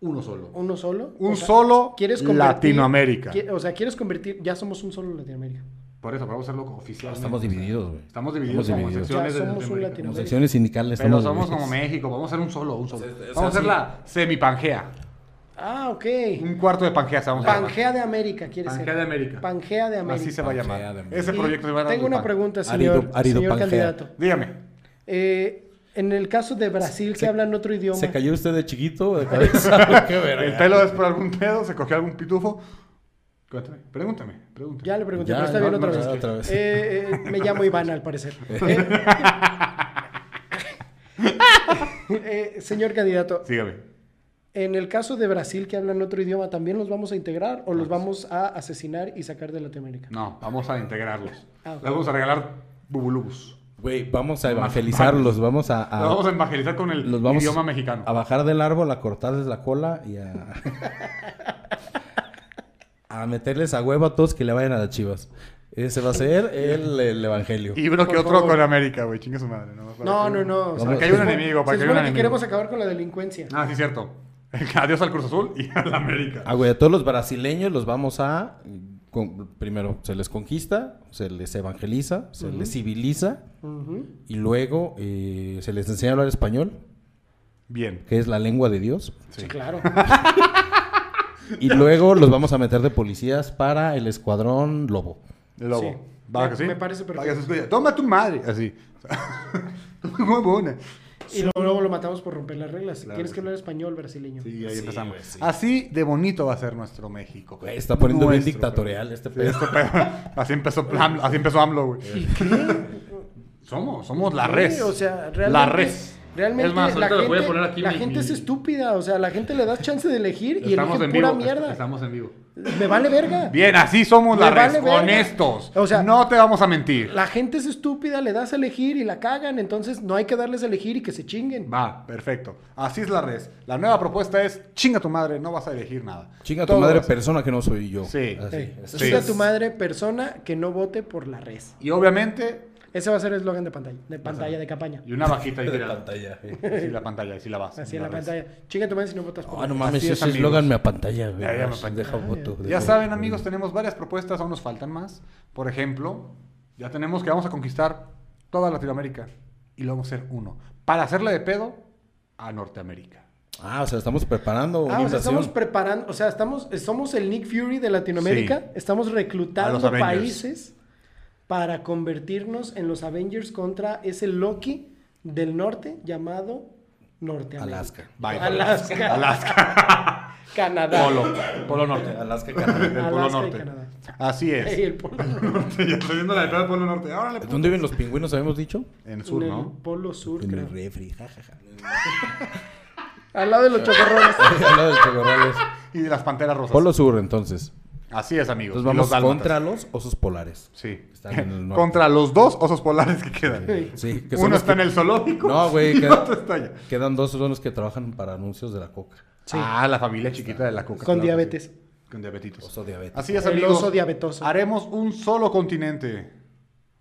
[SPEAKER 2] uno solo.
[SPEAKER 3] ¿Uno solo?
[SPEAKER 2] Un
[SPEAKER 3] O sea,
[SPEAKER 2] solo
[SPEAKER 3] ¿quieres convertir-
[SPEAKER 2] Latinoamérica.
[SPEAKER 3] qui- O sea, quieres convertir. Ya somos un solo Latinoamérica.
[SPEAKER 2] Por eso, pero vamos a hacerlo oficial.
[SPEAKER 4] Estamos divididos, güey.
[SPEAKER 2] Estamos divididos
[SPEAKER 4] Estamos
[SPEAKER 2] como
[SPEAKER 4] divididos.
[SPEAKER 2] secciones
[SPEAKER 3] Ya
[SPEAKER 2] de
[SPEAKER 3] somos un
[SPEAKER 2] Latinoamérica.
[SPEAKER 3] latino-
[SPEAKER 4] Como secciones sindicales.
[SPEAKER 2] Pero somos
[SPEAKER 4] estamos
[SPEAKER 2] como
[SPEAKER 4] divididos.
[SPEAKER 2] México, vamos a ser un solo, un solo.
[SPEAKER 4] O sea, o sea,
[SPEAKER 2] vamos a hacer
[SPEAKER 4] sí.
[SPEAKER 2] la semipangea.
[SPEAKER 3] Ah, ok.
[SPEAKER 2] Un cuarto de pangea se vamos a llamar.
[SPEAKER 3] Pangea de América, quieres
[SPEAKER 2] Pangea
[SPEAKER 3] ser.
[SPEAKER 2] de América.
[SPEAKER 3] Pangea de América.
[SPEAKER 2] Así se va a
[SPEAKER 4] Pangea
[SPEAKER 2] llamar.
[SPEAKER 4] de América.
[SPEAKER 2] Ese
[SPEAKER 3] Y
[SPEAKER 2] proyecto se va a llamar
[SPEAKER 3] Tengo una
[SPEAKER 2] Pan-
[SPEAKER 3] pregunta,
[SPEAKER 4] Árido-
[SPEAKER 3] señor,
[SPEAKER 4] árido
[SPEAKER 3] señor
[SPEAKER 4] Pangea.
[SPEAKER 3] candidato.
[SPEAKER 2] Dígame.
[SPEAKER 3] Eh, en el caso de Brasil, que
[SPEAKER 4] Se-
[SPEAKER 3] hablan otro idioma.
[SPEAKER 4] ¿Se cayó usted de chiquito o de cabeza? Qué verga.
[SPEAKER 2] ¿El pelo es por algún pedo? ¿Se cogió algún pitufo? Cuéntame. Pregúntame. pregúntame.
[SPEAKER 3] Ya le pregunté,
[SPEAKER 4] Ya,
[SPEAKER 3] pero está
[SPEAKER 4] no,
[SPEAKER 3] bien otra,
[SPEAKER 4] no,
[SPEAKER 3] vez.
[SPEAKER 4] no, otra vez.
[SPEAKER 3] Eh, eh, me llamo Iván, al parecer. Eh, eh, señor candidato,
[SPEAKER 2] Sígame.
[SPEAKER 3] en el caso de Brasil, que hablan otro idioma, ¿también los vamos a integrar o los vamos a asesinar y sacar de Latinoamérica?
[SPEAKER 2] No, vamos a integrarlos.
[SPEAKER 3] Ah, ok.
[SPEAKER 2] Les vamos a regalar bubulubus.
[SPEAKER 4] Güey, vamos a evangelizarlos, vamos a... a-
[SPEAKER 2] Los vamos a evangelizar con el
[SPEAKER 4] Ah. los vamos
[SPEAKER 2] idioma mexicano.
[SPEAKER 4] a bajar del árbol, a cortarles la cola y a... a meterles a huevo a todos que le vayan a las chivas. Ese va a ser el, el evangelio.
[SPEAKER 2] Y bloqueo
[SPEAKER 3] Por
[SPEAKER 2] otro
[SPEAKER 3] favor.
[SPEAKER 2] con América, güey. Chingue su madre. nomás para
[SPEAKER 3] No,
[SPEAKER 2] que-
[SPEAKER 3] no, no.
[SPEAKER 2] Para
[SPEAKER 4] Vamos-
[SPEAKER 2] que haya un
[SPEAKER 4] Se-
[SPEAKER 2] enemigo, para
[SPEAKER 3] Se
[SPEAKER 2] que haya un
[SPEAKER 3] supone que
[SPEAKER 2] enemigo.
[SPEAKER 3] queremos acabar con la delincuencia.
[SPEAKER 2] Ah, sí, cierto. Adiós al Cruz Azul y al América.
[SPEAKER 4] Ah, güey, a todos los brasileños los vamos a... con- primero, se les conquista, se les evangeliza, se les civiliza
[SPEAKER 3] Ujú.
[SPEAKER 4] y luego eh, se les enseña a hablar español,
[SPEAKER 2] Bien.
[SPEAKER 4] que es la lengua de Dios.
[SPEAKER 3] Sí, claro.
[SPEAKER 4] Y luego los vamos a meter de policías para el escuadrón lobo.
[SPEAKER 2] El lobo.
[SPEAKER 3] Sí.
[SPEAKER 2] ¿Va
[SPEAKER 3] Me-
[SPEAKER 2] que sí?
[SPEAKER 3] me parece perfecto.
[SPEAKER 2] Va que se escuche, Toma tu madre. Así. Muy buena.
[SPEAKER 3] y luego lo matamos por romper las reglas.
[SPEAKER 2] Claro
[SPEAKER 3] Tienes
[SPEAKER 2] que
[SPEAKER 3] que hablar español brasileño.
[SPEAKER 2] Sí, ahí
[SPEAKER 4] Sí,
[SPEAKER 2] empezamos.
[SPEAKER 4] güey, sí.
[SPEAKER 2] Así de bonito va a ser nuestro México.
[SPEAKER 4] Güey, está poniendo bien
[SPEAKER 2] Nuestro,
[SPEAKER 4] dictatorial este
[SPEAKER 2] güey.
[SPEAKER 4] pedo.
[SPEAKER 2] Sí, esto, pero, así empezó AMLO, así empezó AMLO, güey. Somos, somos la
[SPEAKER 3] Sí,
[SPEAKER 2] res.
[SPEAKER 3] o sea, realmente.
[SPEAKER 2] La res.
[SPEAKER 3] Realmente
[SPEAKER 2] Es más,
[SPEAKER 3] la,
[SPEAKER 2] ahorita
[SPEAKER 3] gente,
[SPEAKER 2] les voy a poner aquí
[SPEAKER 3] la
[SPEAKER 2] mi-
[SPEAKER 3] gente
[SPEAKER 2] mi-
[SPEAKER 3] es estúpida. O sea, la gente le das chance de elegir y
[SPEAKER 2] Estamos
[SPEAKER 3] elige
[SPEAKER 2] en
[SPEAKER 3] pura
[SPEAKER 2] vivo.
[SPEAKER 3] mierda.
[SPEAKER 2] Estamos en vivo.
[SPEAKER 3] Me vale verga.
[SPEAKER 2] Bien, así somos
[SPEAKER 3] Me
[SPEAKER 2] la
[SPEAKER 3] vale
[SPEAKER 2] res,
[SPEAKER 3] verga.
[SPEAKER 2] honestos.
[SPEAKER 3] O sea,
[SPEAKER 2] no te vamos a mentir.
[SPEAKER 3] La gente es estúpida, le das a elegir y la cagan. Entonces no hay que darles a elegir y que se chinguen.
[SPEAKER 2] Va, perfecto. Así es la res. La nueva propuesta es chinga tu madre, no vas a elegir nada.
[SPEAKER 4] Chinga tu
[SPEAKER 2] Todo
[SPEAKER 4] madre,
[SPEAKER 2] vas-
[SPEAKER 4] persona que no soy yo.
[SPEAKER 2] Sí.
[SPEAKER 4] Así.
[SPEAKER 3] Ey,
[SPEAKER 2] Sí.
[SPEAKER 3] chinga a tu madre, persona que no vote por la res.
[SPEAKER 2] Y obviamente,
[SPEAKER 3] Ese va a ser el eslogan de pantalla, de pantalla, de campaña.
[SPEAKER 2] y una bajita ahí
[SPEAKER 4] De
[SPEAKER 2] tirada.
[SPEAKER 4] pantalla.
[SPEAKER 2] Sí, la pantalla, sí la vas.
[SPEAKER 3] Así en la
[SPEAKER 2] res.
[SPEAKER 3] pantalla. Chinga a tu madre si no votas por
[SPEAKER 4] Ah, no
[SPEAKER 3] la
[SPEAKER 4] mames,
[SPEAKER 2] Así es,
[SPEAKER 4] ese eslogan
[SPEAKER 2] amigos.
[SPEAKER 4] me apantalla, güey.
[SPEAKER 2] Ya, ya me apantalla.
[SPEAKER 4] Deja voto.
[SPEAKER 2] Ya
[SPEAKER 4] deja-
[SPEAKER 2] saben, amigos, tenemos varias propuestas, aún nos faltan más. Por ejemplo, ya tenemos que vamos a conquistar toda Latinoamérica y lo vamos a hacer uno. Para hacerle de pedo a Norteamérica.
[SPEAKER 4] Ah, o sea, estamos preparando
[SPEAKER 3] Ah,
[SPEAKER 4] una
[SPEAKER 3] o sea,
[SPEAKER 4] invasión.
[SPEAKER 3] estamos preparando, o sea, estamos, somos el Nick Fury de Latinoamérica,
[SPEAKER 2] Sí.
[SPEAKER 3] estamos
[SPEAKER 2] A los
[SPEAKER 3] reclutando
[SPEAKER 2] Avengers.
[SPEAKER 3] países para convertirnos en los Avengers contra ese Loki del norte llamado Norteamérica.
[SPEAKER 4] Alaska.
[SPEAKER 2] Bye.
[SPEAKER 3] Alaska.
[SPEAKER 2] Alaska.
[SPEAKER 3] Canadá.
[SPEAKER 2] Polo. Polo Norte.
[SPEAKER 4] Alaska,
[SPEAKER 2] El
[SPEAKER 4] Canadá.
[SPEAKER 2] Polo
[SPEAKER 3] Alaska y
[SPEAKER 2] Norte.
[SPEAKER 3] Canadá.
[SPEAKER 2] Así
[SPEAKER 3] Ey,
[SPEAKER 2] es.
[SPEAKER 3] el polo, norte,
[SPEAKER 2] ya estoy viendo la de pedo del Polo Norte. Órale, pues. puto.
[SPEAKER 4] ¿Dónde viven los pingüinos, habíamos dicho?
[SPEAKER 2] En el sur,
[SPEAKER 3] en el
[SPEAKER 2] ¿no?
[SPEAKER 3] polo sur,
[SPEAKER 4] En
[SPEAKER 3] creo.
[SPEAKER 4] el refri, jajaja.
[SPEAKER 3] Al lado de los chocorrones.
[SPEAKER 4] Al lado de Chocorrales.
[SPEAKER 2] Y de las panteras rosas.
[SPEAKER 4] Polo Sur, entonces.
[SPEAKER 2] Así es, amigos.
[SPEAKER 4] Entonces
[SPEAKER 2] Y los
[SPEAKER 4] vamos
[SPEAKER 2] dálmatas.
[SPEAKER 4] contra los osos polares.
[SPEAKER 2] Sí.
[SPEAKER 4] Están en el norte.
[SPEAKER 2] Contra los dos osos polares que quedan.
[SPEAKER 4] Sí, que son
[SPEAKER 2] Uno
[SPEAKER 4] los
[SPEAKER 2] está
[SPEAKER 4] que-
[SPEAKER 2] en el zoológico.
[SPEAKER 4] No, güey,
[SPEAKER 2] y
[SPEAKER 4] que-
[SPEAKER 2] otro está allá.
[SPEAKER 4] Quedan dos, son los que trabajan para anuncios de la coca.
[SPEAKER 3] Sí.
[SPEAKER 2] Ah, la familia chiquita de la coca.
[SPEAKER 3] Con
[SPEAKER 2] claro que
[SPEAKER 3] diabetes.
[SPEAKER 2] sí. Con diabetitos.
[SPEAKER 4] Oso diabético.
[SPEAKER 2] Así es,
[SPEAKER 3] El
[SPEAKER 2] amigos.
[SPEAKER 3] oso diabetoso.
[SPEAKER 2] Haremos un solo continente.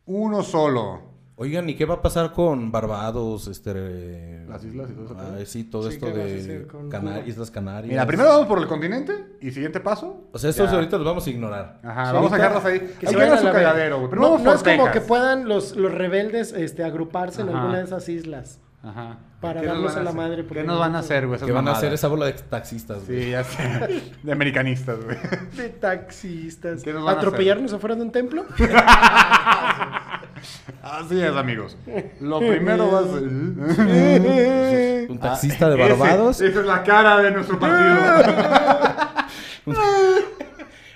[SPEAKER 2] Uno solo.
[SPEAKER 4] Oigan, ¿y qué va a pasar con Barbados, este...
[SPEAKER 2] Las islas y todo eso,
[SPEAKER 4] Ah,
[SPEAKER 2] ¿no?
[SPEAKER 4] sí, todo
[SPEAKER 3] Sí,
[SPEAKER 4] esto
[SPEAKER 3] ¿qué vas a
[SPEAKER 4] de
[SPEAKER 3] hacer con
[SPEAKER 4] Cana-
[SPEAKER 3] Cuba?
[SPEAKER 4] Islas Canarias.
[SPEAKER 2] Mira, primero vamos por el continente y siguiente paso.
[SPEAKER 4] O sea, estos
[SPEAKER 2] ya.
[SPEAKER 4] ahorita los vamos a ignorar.
[SPEAKER 2] Ajá, vamos
[SPEAKER 3] Sí,
[SPEAKER 2] a
[SPEAKER 3] ahorita-
[SPEAKER 2] dejarlas ahí.
[SPEAKER 3] que
[SPEAKER 2] ahí queda
[SPEAKER 3] se vayan a
[SPEAKER 2] su
[SPEAKER 3] la verga.
[SPEAKER 2] cagadero, güey. Pero
[SPEAKER 3] no,
[SPEAKER 2] vamos
[SPEAKER 3] no
[SPEAKER 2] por
[SPEAKER 3] es como que
[SPEAKER 2] Texas.
[SPEAKER 3] puedan los, los rebeldes este, agruparse en
[SPEAKER 2] Ajá.
[SPEAKER 3] alguna de esas islas.
[SPEAKER 2] Ajá.
[SPEAKER 3] para
[SPEAKER 2] ¿Qué nos
[SPEAKER 3] darnos
[SPEAKER 2] van
[SPEAKER 3] a la
[SPEAKER 2] hacer?
[SPEAKER 3] madre por
[SPEAKER 2] ¿Qué
[SPEAKER 3] el
[SPEAKER 2] nos van a
[SPEAKER 3] momento?
[SPEAKER 2] hacer, güey? esas
[SPEAKER 4] que van a
[SPEAKER 2] mamadas?
[SPEAKER 4] hacer esa bola de taxistas, güey.
[SPEAKER 2] Sí, ya sé. De americanistas, güey.
[SPEAKER 3] De taxistas.
[SPEAKER 2] ¿Qué nos van a
[SPEAKER 3] ¿Atropellarnos afuera de un templo?
[SPEAKER 2] Así es, amigos. Lo primero va a ser.
[SPEAKER 4] Un
[SPEAKER 3] Ah,
[SPEAKER 4] taxista de
[SPEAKER 2] Ese-
[SPEAKER 4] Barbados,
[SPEAKER 2] esa es la cara de nuestro partido.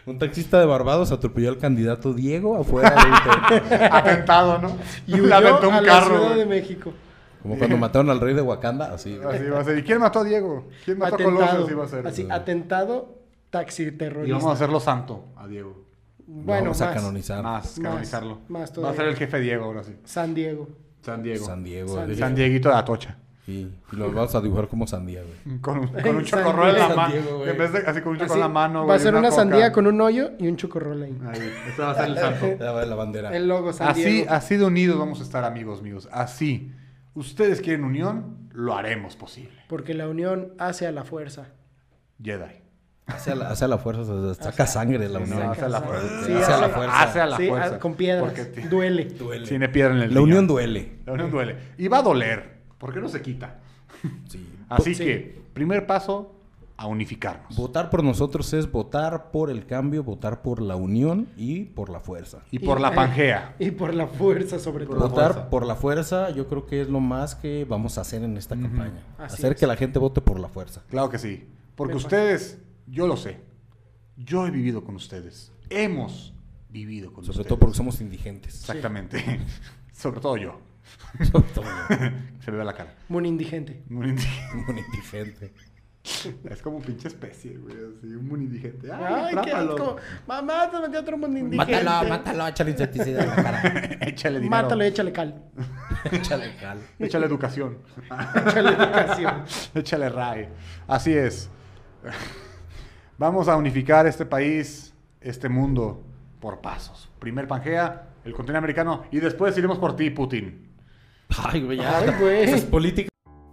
[SPEAKER 4] un taxista de Barbados atropelló al candidato Diego afuera de un tren.
[SPEAKER 2] Atentado, ¿no?
[SPEAKER 3] Y
[SPEAKER 2] Le
[SPEAKER 3] huyó
[SPEAKER 2] aventó
[SPEAKER 3] a
[SPEAKER 2] un
[SPEAKER 3] la
[SPEAKER 2] carro.
[SPEAKER 3] Ciudad de
[SPEAKER 2] güey.
[SPEAKER 3] México.
[SPEAKER 4] Como cuando mataron al rey de Wakanda, así. güey.
[SPEAKER 2] Así va a ser. ¿Y quién mató a Diego? ¿Quién mató a Colosio?
[SPEAKER 3] Atentado.
[SPEAKER 2] Así va a ser.
[SPEAKER 3] Así,
[SPEAKER 2] güey.
[SPEAKER 3] atentado
[SPEAKER 2] y
[SPEAKER 3] taxiterrorista.
[SPEAKER 2] vamos a hacerlo santo a Diego.
[SPEAKER 3] bueno,
[SPEAKER 4] vamos a
[SPEAKER 3] más.
[SPEAKER 4] canonizar
[SPEAKER 2] Más,
[SPEAKER 3] Más,
[SPEAKER 2] canonizarlo.
[SPEAKER 3] más
[SPEAKER 2] va a
[SPEAKER 3] todavía.
[SPEAKER 2] ser el jefe Diego ahora sí.
[SPEAKER 3] San Diego.
[SPEAKER 2] San Diego.
[SPEAKER 4] San Diego.
[SPEAKER 3] San
[SPEAKER 4] güey.
[SPEAKER 2] San Dieguito de Atocha.
[SPEAKER 4] Y, y lo vamos a dibujar como sandía, güey.
[SPEAKER 2] Con, un- con
[SPEAKER 3] En
[SPEAKER 2] un
[SPEAKER 3] San
[SPEAKER 2] chocorrol en la
[SPEAKER 4] Diego,
[SPEAKER 2] mano.
[SPEAKER 4] Diego, güey.
[SPEAKER 2] En vez de así con un chocorrol
[SPEAKER 3] Así,
[SPEAKER 2] en la mano,
[SPEAKER 3] va
[SPEAKER 2] güey,
[SPEAKER 3] a ser una
[SPEAKER 2] coca.
[SPEAKER 3] sandía con un hoyo y un chocorrol ahí.
[SPEAKER 2] Ahí, ese va a ser el santo.
[SPEAKER 4] La, la bandera.
[SPEAKER 3] El logo San
[SPEAKER 2] Así,
[SPEAKER 3] Diego.
[SPEAKER 2] así de unidos vamos a estar, amigos míos. Así. Ustedes quieren unión, lo haremos posible.
[SPEAKER 3] Porque la unión hace a la fuerza.
[SPEAKER 2] Jedi.
[SPEAKER 4] Hace a la, hace a la fuerza, o sea, saca sangre la
[SPEAKER 2] No,
[SPEAKER 4] unión.
[SPEAKER 2] hace a la fuerza.
[SPEAKER 3] Sí,
[SPEAKER 4] hace a la
[SPEAKER 3] hace-
[SPEAKER 4] fuerza.
[SPEAKER 2] Hace a la
[SPEAKER 3] Sí,
[SPEAKER 2] fuerza.
[SPEAKER 3] ah, con piedras.
[SPEAKER 2] Porque ti-
[SPEAKER 3] Duele.
[SPEAKER 4] Duele.
[SPEAKER 2] tiene piedra en el
[SPEAKER 4] La unión
[SPEAKER 2] riñón.
[SPEAKER 4] duele.
[SPEAKER 2] La unión duele. Y va a doler, porque no se quita.
[SPEAKER 4] Sí.
[SPEAKER 2] Así
[SPEAKER 3] Sí.
[SPEAKER 2] que, primer paso, a unificarnos.
[SPEAKER 4] Votar por nosotros es votar por el cambio, votar por la unión y por la fuerza.
[SPEAKER 2] Y por la pangea.
[SPEAKER 3] Y por la fuerza, sobre todo.
[SPEAKER 4] votar por la fuerza, yo creo que es lo más que vamos a hacer en esta campaña.
[SPEAKER 3] Así
[SPEAKER 4] hacer
[SPEAKER 3] es.
[SPEAKER 4] que la gente vote por la fuerza.
[SPEAKER 2] Claro que sí. Porque
[SPEAKER 3] Me
[SPEAKER 2] ustedes, yo lo sé. Yo he vivido con ustedes. Hemos vivido con
[SPEAKER 4] Sobre
[SPEAKER 2] ustedes.
[SPEAKER 4] todo porque somos indigentes.
[SPEAKER 2] Exactamente. Sobre todo yo.
[SPEAKER 4] Sobre todo yo,
[SPEAKER 2] Se me ve la cara.
[SPEAKER 3] Muy indigente.
[SPEAKER 2] Un indi-
[SPEAKER 4] como un indigente.
[SPEAKER 2] Es como pinche especie, güey, así, un munidigente.
[SPEAKER 3] Ay,
[SPEAKER 2] Ay,
[SPEAKER 3] qué asco. Mamá, te metí otro mundo indigente.
[SPEAKER 4] Mátalo, mátalo, échale insecticida en la cara.
[SPEAKER 2] Échale dinero.
[SPEAKER 3] Mátalo y échale cal.
[SPEAKER 4] Échale cal.
[SPEAKER 2] Échale educación.
[SPEAKER 3] Échale educación.
[SPEAKER 2] Échale RAE. Así es. Vamos a unificar este país, este mundo, por pasos. Primer Pangea, el continente americano, y después iremos por ti, Putin.
[SPEAKER 4] Ay, güey, ya.
[SPEAKER 3] Ay, güey.
[SPEAKER 4] Esa es política.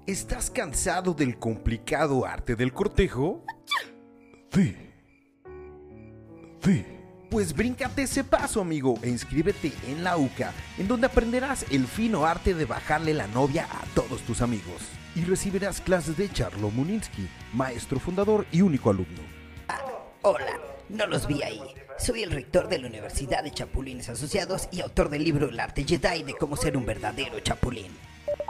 [SPEAKER 6] ¿Estás cansado del complicado arte del cortejo? Sí. Sí. Pues bríncate ese paso, amigo, e inscríbete en la UCA, en donde aprenderás el fino arte de bajarle la novia a todos tus amigos. Y recibirás clases de Charlo Muninsky, maestro fundador y único alumno.
[SPEAKER 7] Hola, no los vi ahí. Soy el rector de la Universidad de Chapulines Asociados y autor del libro El arte Jedi de cómo ser un verdadero chapulín.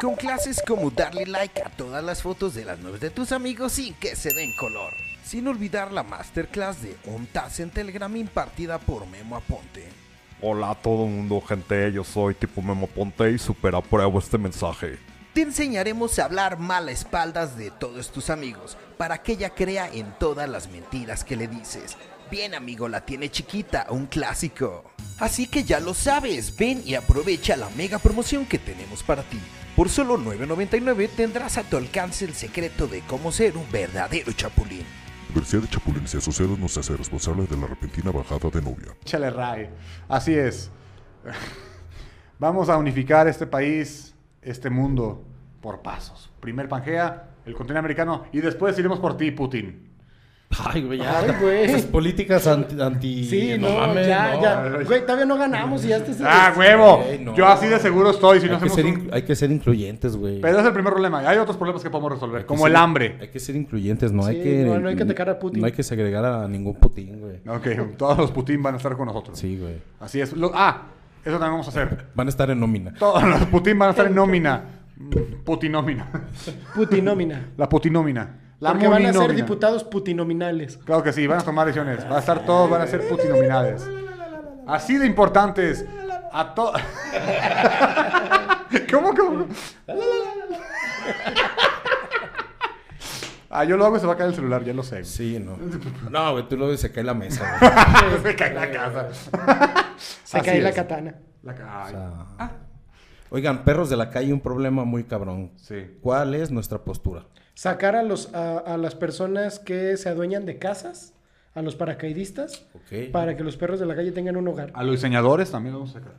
[SPEAKER 6] Con clases como darle like a todas las fotos de las novias de tus amigos sin que se den color. Sin olvidar la masterclass de OMTAS en Telegram impartida por Memo Aponte.
[SPEAKER 8] Hola a todo mundo, gente. Yo soy Tipo Memo Ponte y super apruebo este mensaje.
[SPEAKER 6] Te enseñaremos a hablar mal a espaldas de todos tus amigos para que ella crea en todas las mentiras que le dices. Bien amigo, la tiene chiquita, un clásico. Así que ya lo sabes, ven y aprovecha la mega promoción que tenemos para ti. Por solo $9.99 tendrás a tu alcance el secreto de cómo ser un verdadero chapulín.
[SPEAKER 9] Universidad de Chapulines y Asociados nos hace responsables de la repentina bajada de novia.
[SPEAKER 2] Échale RAE. Así es. Vamos a unificar este país, este mundo, por pasos. Primer Pangea, el continente americano, y después iremos por ti, Putin.
[SPEAKER 4] Ay, güey, ya.
[SPEAKER 3] Ay, güey.
[SPEAKER 4] Esas políticas anti. anti-
[SPEAKER 3] Sí, no,
[SPEAKER 4] mames,
[SPEAKER 3] ya,
[SPEAKER 4] no.
[SPEAKER 3] ya. Güey, todavía no ganamos y ya este es el-
[SPEAKER 2] ¡Ah, huevo!
[SPEAKER 4] Ey, no.
[SPEAKER 2] Yo así de seguro estoy. Si no
[SPEAKER 4] Hay que,
[SPEAKER 2] hacemos
[SPEAKER 4] ser,
[SPEAKER 2] un-
[SPEAKER 4] in- hay que ser incluyentes, güey.
[SPEAKER 2] Pero es el primer problema. Hay otros problemas que podemos resolver,
[SPEAKER 4] Hay que
[SPEAKER 2] como
[SPEAKER 4] ser-
[SPEAKER 2] el hambre.
[SPEAKER 4] Hay que ser incluyentes, no
[SPEAKER 3] Sí,
[SPEAKER 4] hay que.
[SPEAKER 3] no, no hay que atacar a Putin.
[SPEAKER 4] No hay que segregar a ningún Putin, güey.
[SPEAKER 2] Ok, todos los Putin van a estar con nosotros.
[SPEAKER 4] Sí, güey.
[SPEAKER 2] Así es. Lo- ah, eso también vamos a hacer.
[SPEAKER 4] Van a estar en nómina.
[SPEAKER 2] Todos los Putin van a estar en nómina. Mm, Putinómina.
[SPEAKER 3] Putinómina.
[SPEAKER 2] La Putinómina. La
[SPEAKER 3] Porque van a ser
[SPEAKER 2] muninómina.
[SPEAKER 3] diputados putinominales.
[SPEAKER 2] Claro que sí, van a tomar decisiones. Van a estar todos, van a ser putinominales. Así de importantes. A todos. ¿Cómo, cómo? Ah, yo lo hago y se va a caer el celular, ya lo sé.
[SPEAKER 4] Sí, no. No, güey, tú lo ves, se cae la mesa, güey.
[SPEAKER 2] Se cae la casa.
[SPEAKER 3] Se
[SPEAKER 2] Así
[SPEAKER 3] cae la
[SPEAKER 2] es.
[SPEAKER 3] katana.
[SPEAKER 2] La ca- ay,
[SPEAKER 4] Oigan, perros de la calle, un problema muy cabrón.
[SPEAKER 2] Sí.
[SPEAKER 4] ¿Cuál es nuestra postura?
[SPEAKER 3] Sacar a, los, a, a las personas que se adueñan de casas, a los paracaidistas,
[SPEAKER 4] Ok.
[SPEAKER 3] para que los perros de la calle tengan un hogar.
[SPEAKER 2] A los diseñadores también lo vamos a sacar.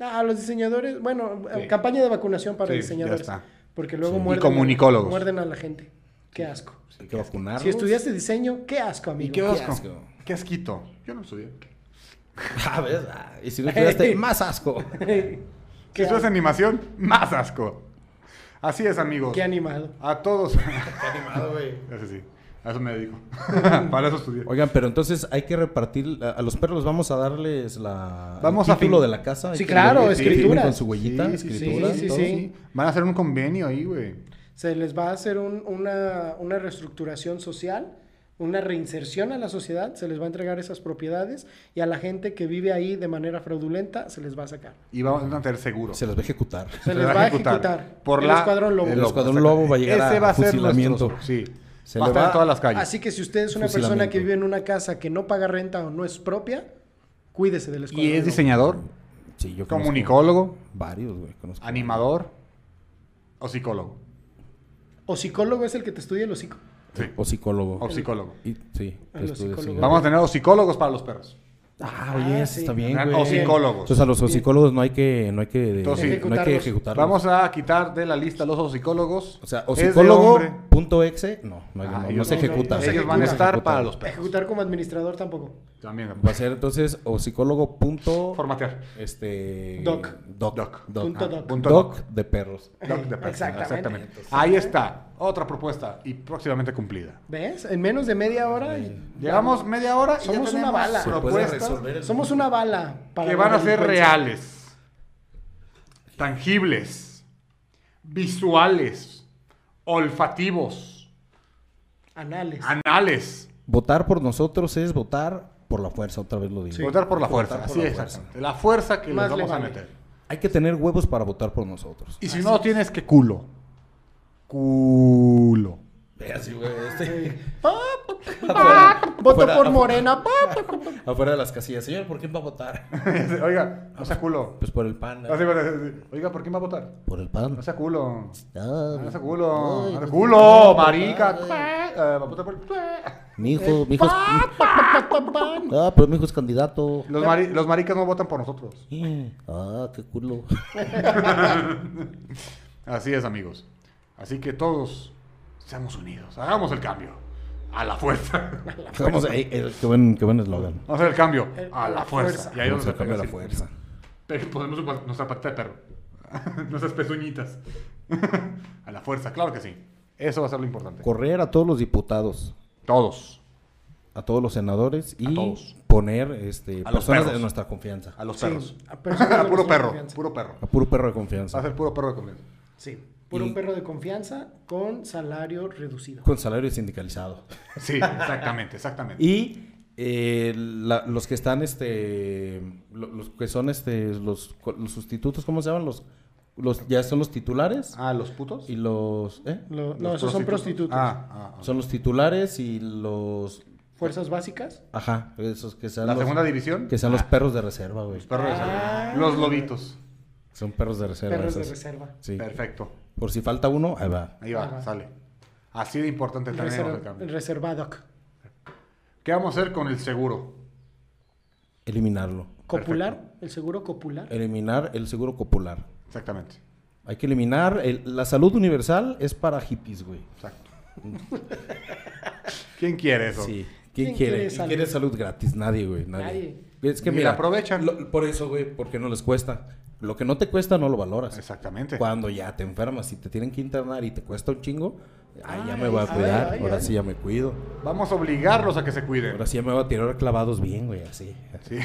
[SPEAKER 3] Ah, A los diseñadores, bueno, eh,
[SPEAKER 2] Sí.
[SPEAKER 3] campaña de vacunación para
[SPEAKER 2] Sí,
[SPEAKER 3] diseñadores.
[SPEAKER 2] ya está.
[SPEAKER 3] Porque luego
[SPEAKER 2] Y
[SPEAKER 3] muerden,
[SPEAKER 2] comunicólogos.
[SPEAKER 3] muerden a la gente. Qué asco.
[SPEAKER 4] Hay que vacunarlos.
[SPEAKER 3] Si estudiaste diseño, qué asco, amigo.
[SPEAKER 2] qué
[SPEAKER 4] asco.
[SPEAKER 2] asco. Qué asquito. Yo no estudié.
[SPEAKER 4] Ah, ¿ves? Ah, y si no estudiaste, más asco.
[SPEAKER 2] Si estudias animación, más asco. Así es, amigos.
[SPEAKER 3] Qué animado.
[SPEAKER 2] A todos. animado, güey. Eso sí. A eso me dedico. Para eso estudié.
[SPEAKER 4] Oigan, pero entonces hay que repartir. A, a los perros vamos a darles la,
[SPEAKER 2] Vamos
[SPEAKER 4] el
[SPEAKER 2] a
[SPEAKER 4] título
[SPEAKER 2] fin-
[SPEAKER 4] de la casa.
[SPEAKER 3] Sí,
[SPEAKER 4] Hay que-
[SPEAKER 3] claro,
[SPEAKER 4] que firmen
[SPEAKER 3] escrituras.
[SPEAKER 4] Con su huellita,
[SPEAKER 2] Sí, sí, sí,
[SPEAKER 4] escritura.
[SPEAKER 3] sí, sí,
[SPEAKER 4] todo.
[SPEAKER 3] sí.
[SPEAKER 2] Van a hacer un convenio ahí, güey.
[SPEAKER 3] Se les va a hacer un- una, una reestructuración social, una reinserción a la sociedad, se les va a entregar esas propiedades y a la gente que vive ahí de manera fraudulenta se les va a sacar.
[SPEAKER 2] Y vamos a tener seguro.
[SPEAKER 4] Se las va a ejecutar.
[SPEAKER 3] Se les va a ejecutar.
[SPEAKER 2] Por
[SPEAKER 3] El
[SPEAKER 2] la...
[SPEAKER 3] Escuadrón Lobo.
[SPEAKER 4] El Escuadrón Lobo va a llegar
[SPEAKER 2] Ese
[SPEAKER 4] a
[SPEAKER 2] va a ser
[SPEAKER 4] fusilamiento.
[SPEAKER 2] nuestro- Sí.
[SPEAKER 4] Se
[SPEAKER 2] va a
[SPEAKER 4] le
[SPEAKER 2] estar
[SPEAKER 4] va-
[SPEAKER 2] en todas las calles.
[SPEAKER 3] Así que si usted es una persona
[SPEAKER 4] Fusilamiento.
[SPEAKER 3] que vive en una casa que no paga renta o no es propia, cuídese del escuadrón.
[SPEAKER 2] Y es
[SPEAKER 3] Lobo.
[SPEAKER 2] diseñador,
[SPEAKER 4] Sí, yo conozco
[SPEAKER 2] comunicólogo,
[SPEAKER 4] Varios, güey. conozco.
[SPEAKER 2] animador o psicólogo.
[SPEAKER 3] ¿O psicólogo es el que te estudia el hocico?
[SPEAKER 2] Sí.
[SPEAKER 4] O psicólogo.
[SPEAKER 2] O psicólogo.
[SPEAKER 4] Y- sí.
[SPEAKER 3] A Ah, los
[SPEAKER 4] estudios, sí.
[SPEAKER 3] psicólogos.
[SPEAKER 2] Vamos a tener los psicólogos para los perros.
[SPEAKER 4] Ah, oye, eso
[SPEAKER 3] sí.
[SPEAKER 4] está bien, güey.
[SPEAKER 2] O psicólogos.
[SPEAKER 4] Entonces a los psicólogos no hay que, no hay que,
[SPEAKER 2] Entonces,
[SPEAKER 4] eh, no hay que
[SPEAKER 3] ejecutarlos.
[SPEAKER 4] ejecutarlos.
[SPEAKER 2] Vamos a quitar de la lista los psicólogos.
[SPEAKER 4] o sea, o
[SPEAKER 2] Es de hombre.
[SPEAKER 4] psicólogo.exe, no, no, no,
[SPEAKER 2] Ah,
[SPEAKER 4] no
[SPEAKER 2] ellos
[SPEAKER 4] se
[SPEAKER 3] no, no,
[SPEAKER 4] ejecuta.
[SPEAKER 3] no se
[SPEAKER 2] Ellos van a
[SPEAKER 3] ejecuta.
[SPEAKER 2] estar para los perros.
[SPEAKER 3] Ejecutar como administrador tampoco.
[SPEAKER 2] También.
[SPEAKER 4] Va a ser entonces o psicólogo punto
[SPEAKER 2] Formatear.
[SPEAKER 4] este
[SPEAKER 3] Doc.
[SPEAKER 4] doc
[SPEAKER 2] Doc.
[SPEAKER 4] doc,
[SPEAKER 3] Punto
[SPEAKER 4] Ah,
[SPEAKER 3] doc.
[SPEAKER 2] Punto
[SPEAKER 4] doc de perros.
[SPEAKER 2] Doc de perros.
[SPEAKER 3] Exactamente. ¿eh?
[SPEAKER 2] Ahí está. Otra propuesta y próximamente cumplida.
[SPEAKER 3] ¿Ves? En menos de media hora. y-
[SPEAKER 2] Llegamos media hora y ya
[SPEAKER 3] Somos una
[SPEAKER 2] tenemos
[SPEAKER 3] bala. Se puede
[SPEAKER 2] Propuestas
[SPEAKER 3] Somos una bala.
[SPEAKER 2] que
[SPEAKER 3] la
[SPEAKER 2] van a ser
[SPEAKER 3] delincuencia.
[SPEAKER 2] reales, tangibles, visuales, olfativos,
[SPEAKER 3] Anales.
[SPEAKER 2] Ah, anales.
[SPEAKER 4] Votar por nosotros es votar por la fuerza, otra vez lo digo.
[SPEAKER 2] Votar por la fuerza.
[SPEAKER 4] Votar por
[SPEAKER 2] así
[SPEAKER 4] la
[SPEAKER 2] es.
[SPEAKER 4] fuerza.
[SPEAKER 2] exactamente. La fuerza que les
[SPEAKER 3] Más le
[SPEAKER 2] vamos a
[SPEAKER 3] vale.
[SPEAKER 2] meter.
[SPEAKER 4] Hay que tener huevos para votar por nosotros.
[SPEAKER 2] Y si no tienes que culo. Culo.
[SPEAKER 4] este.
[SPEAKER 3] Ah, Voto
[SPEAKER 4] Fuera-
[SPEAKER 3] por Morena.
[SPEAKER 4] Afuera de las casillas. Señor, ¿por quién va a votar?
[SPEAKER 2] Oiga, no sea culo.
[SPEAKER 4] Pues por el pan.
[SPEAKER 2] Así, así, así. Oiga, ¿por quién va a votar?
[SPEAKER 4] Por el pan.
[SPEAKER 2] No sea culo.
[SPEAKER 4] Ah,
[SPEAKER 2] No sea culo.
[SPEAKER 4] Ay,
[SPEAKER 2] No sea
[SPEAKER 4] pues,
[SPEAKER 2] culo, marica. Eh, Va a votar por... Pues,
[SPEAKER 4] Mi hijo, mi hijo. es- Ah, pero mi hijo es candidato.
[SPEAKER 2] Los, mari- los maricas no votan por nosotros.
[SPEAKER 4] Mm, Ah, qué culo.
[SPEAKER 2] Así es, amigos. Así que todos seamos unidos. Hagamos el cambio. A la fuerza.
[SPEAKER 4] Vamos a- eh, eh, qué buen qué buen eslogan.
[SPEAKER 2] Vamos a hacer el cambio. A la
[SPEAKER 3] la
[SPEAKER 2] fuerza.
[SPEAKER 3] fuerza.
[SPEAKER 2] Y ahí
[SPEAKER 4] Vamos
[SPEAKER 2] donde
[SPEAKER 4] a cambiar
[SPEAKER 2] la
[SPEAKER 4] la fuerza.
[SPEAKER 2] Pero podemos ocupar nuestra pata de perro. Nuestras pezuñitas. a la fuerza, claro que sí. Eso va a ser lo importante.
[SPEAKER 4] Correr a todos los diputados,
[SPEAKER 2] todos.
[SPEAKER 4] a todos los senadores y
[SPEAKER 2] todos.
[SPEAKER 4] poner este,
[SPEAKER 2] A los
[SPEAKER 4] personas
[SPEAKER 2] perros.
[SPEAKER 4] de nuestra confianza.
[SPEAKER 2] A los
[SPEAKER 3] Sí,
[SPEAKER 2] perros.
[SPEAKER 3] a personas
[SPEAKER 2] A
[SPEAKER 3] de
[SPEAKER 2] puro
[SPEAKER 3] nuestra
[SPEAKER 2] perro.
[SPEAKER 3] confianza.
[SPEAKER 2] Puro perro.
[SPEAKER 4] A puro perro de
[SPEAKER 2] Va a
[SPEAKER 4] confianza.
[SPEAKER 2] ser puro perro de confianza.
[SPEAKER 3] Sí. Por
[SPEAKER 4] Y-
[SPEAKER 3] un perro de confianza con salario reducido.
[SPEAKER 4] Con salario sindicalizado.
[SPEAKER 2] Sí, exactamente, exactamente.
[SPEAKER 4] Y eh, la- los que están, este, lo- los que son, este, los, co- los sustitutos, ¿cómo se llaman? Los, los, ya son los titulares
[SPEAKER 2] ¿A Ah, los putos?
[SPEAKER 4] y los, ¿eh?
[SPEAKER 3] Lo-
[SPEAKER 2] ¿Los
[SPEAKER 3] no, esos son prostitutos.
[SPEAKER 2] Ah, ah, ah.
[SPEAKER 4] Son los titulares y los,
[SPEAKER 3] Fuerzas básicas.
[SPEAKER 4] ajá, esos que sean
[SPEAKER 2] La
[SPEAKER 4] los,
[SPEAKER 2] segunda división.
[SPEAKER 4] que Ah. sean los perros de reserva, güey.
[SPEAKER 2] Perro de reserva. Los lobitos.
[SPEAKER 4] Son perros de reserva.
[SPEAKER 3] Perros de
[SPEAKER 4] esos.
[SPEAKER 3] reserva.
[SPEAKER 4] Sí.
[SPEAKER 2] Perfecto.
[SPEAKER 4] Por si falta uno, ahí va.
[SPEAKER 2] Ahí va,
[SPEAKER 3] Ajá.
[SPEAKER 2] sale. Así de importante también vamos al
[SPEAKER 3] Reserva,
[SPEAKER 2] cambio.
[SPEAKER 3] reservado.
[SPEAKER 2] ¿Qué vamos a hacer con el seguro?
[SPEAKER 4] Eliminarlo.
[SPEAKER 3] Copular, el seguro copular.
[SPEAKER 4] Eliminar el seguro copular.
[SPEAKER 2] Exactamente.
[SPEAKER 4] Hay que eliminar. el- la salud universal es para hippies, güey.
[SPEAKER 2] Exacto. ¿Quién quiere eso?
[SPEAKER 4] Sí.
[SPEAKER 3] ¿Quién
[SPEAKER 4] ¿Quién, quiere?
[SPEAKER 3] quiere
[SPEAKER 4] ¿Quién
[SPEAKER 3] salud?
[SPEAKER 4] quiere salud gratis? Nadie, güey. Nadie. Es que
[SPEAKER 2] Ni
[SPEAKER 4] mira,
[SPEAKER 2] la aprovechan.
[SPEAKER 4] lo- por eso, güey, porque no les cuesta. Lo que no te cuesta no lo valoras.
[SPEAKER 2] Exactamente.
[SPEAKER 4] Cuando ya te enfermas y te tienen que internar y te cuesta un chingo, ay, ya me voy a cuidar.
[SPEAKER 3] ay,
[SPEAKER 4] Ahora
[SPEAKER 3] ay.
[SPEAKER 4] sí ya me cuido.
[SPEAKER 2] Vamos a obligarlos a que se cuiden.
[SPEAKER 4] Ahora sí ya me voy a tirar clavados bien, güey, así.
[SPEAKER 2] Sí.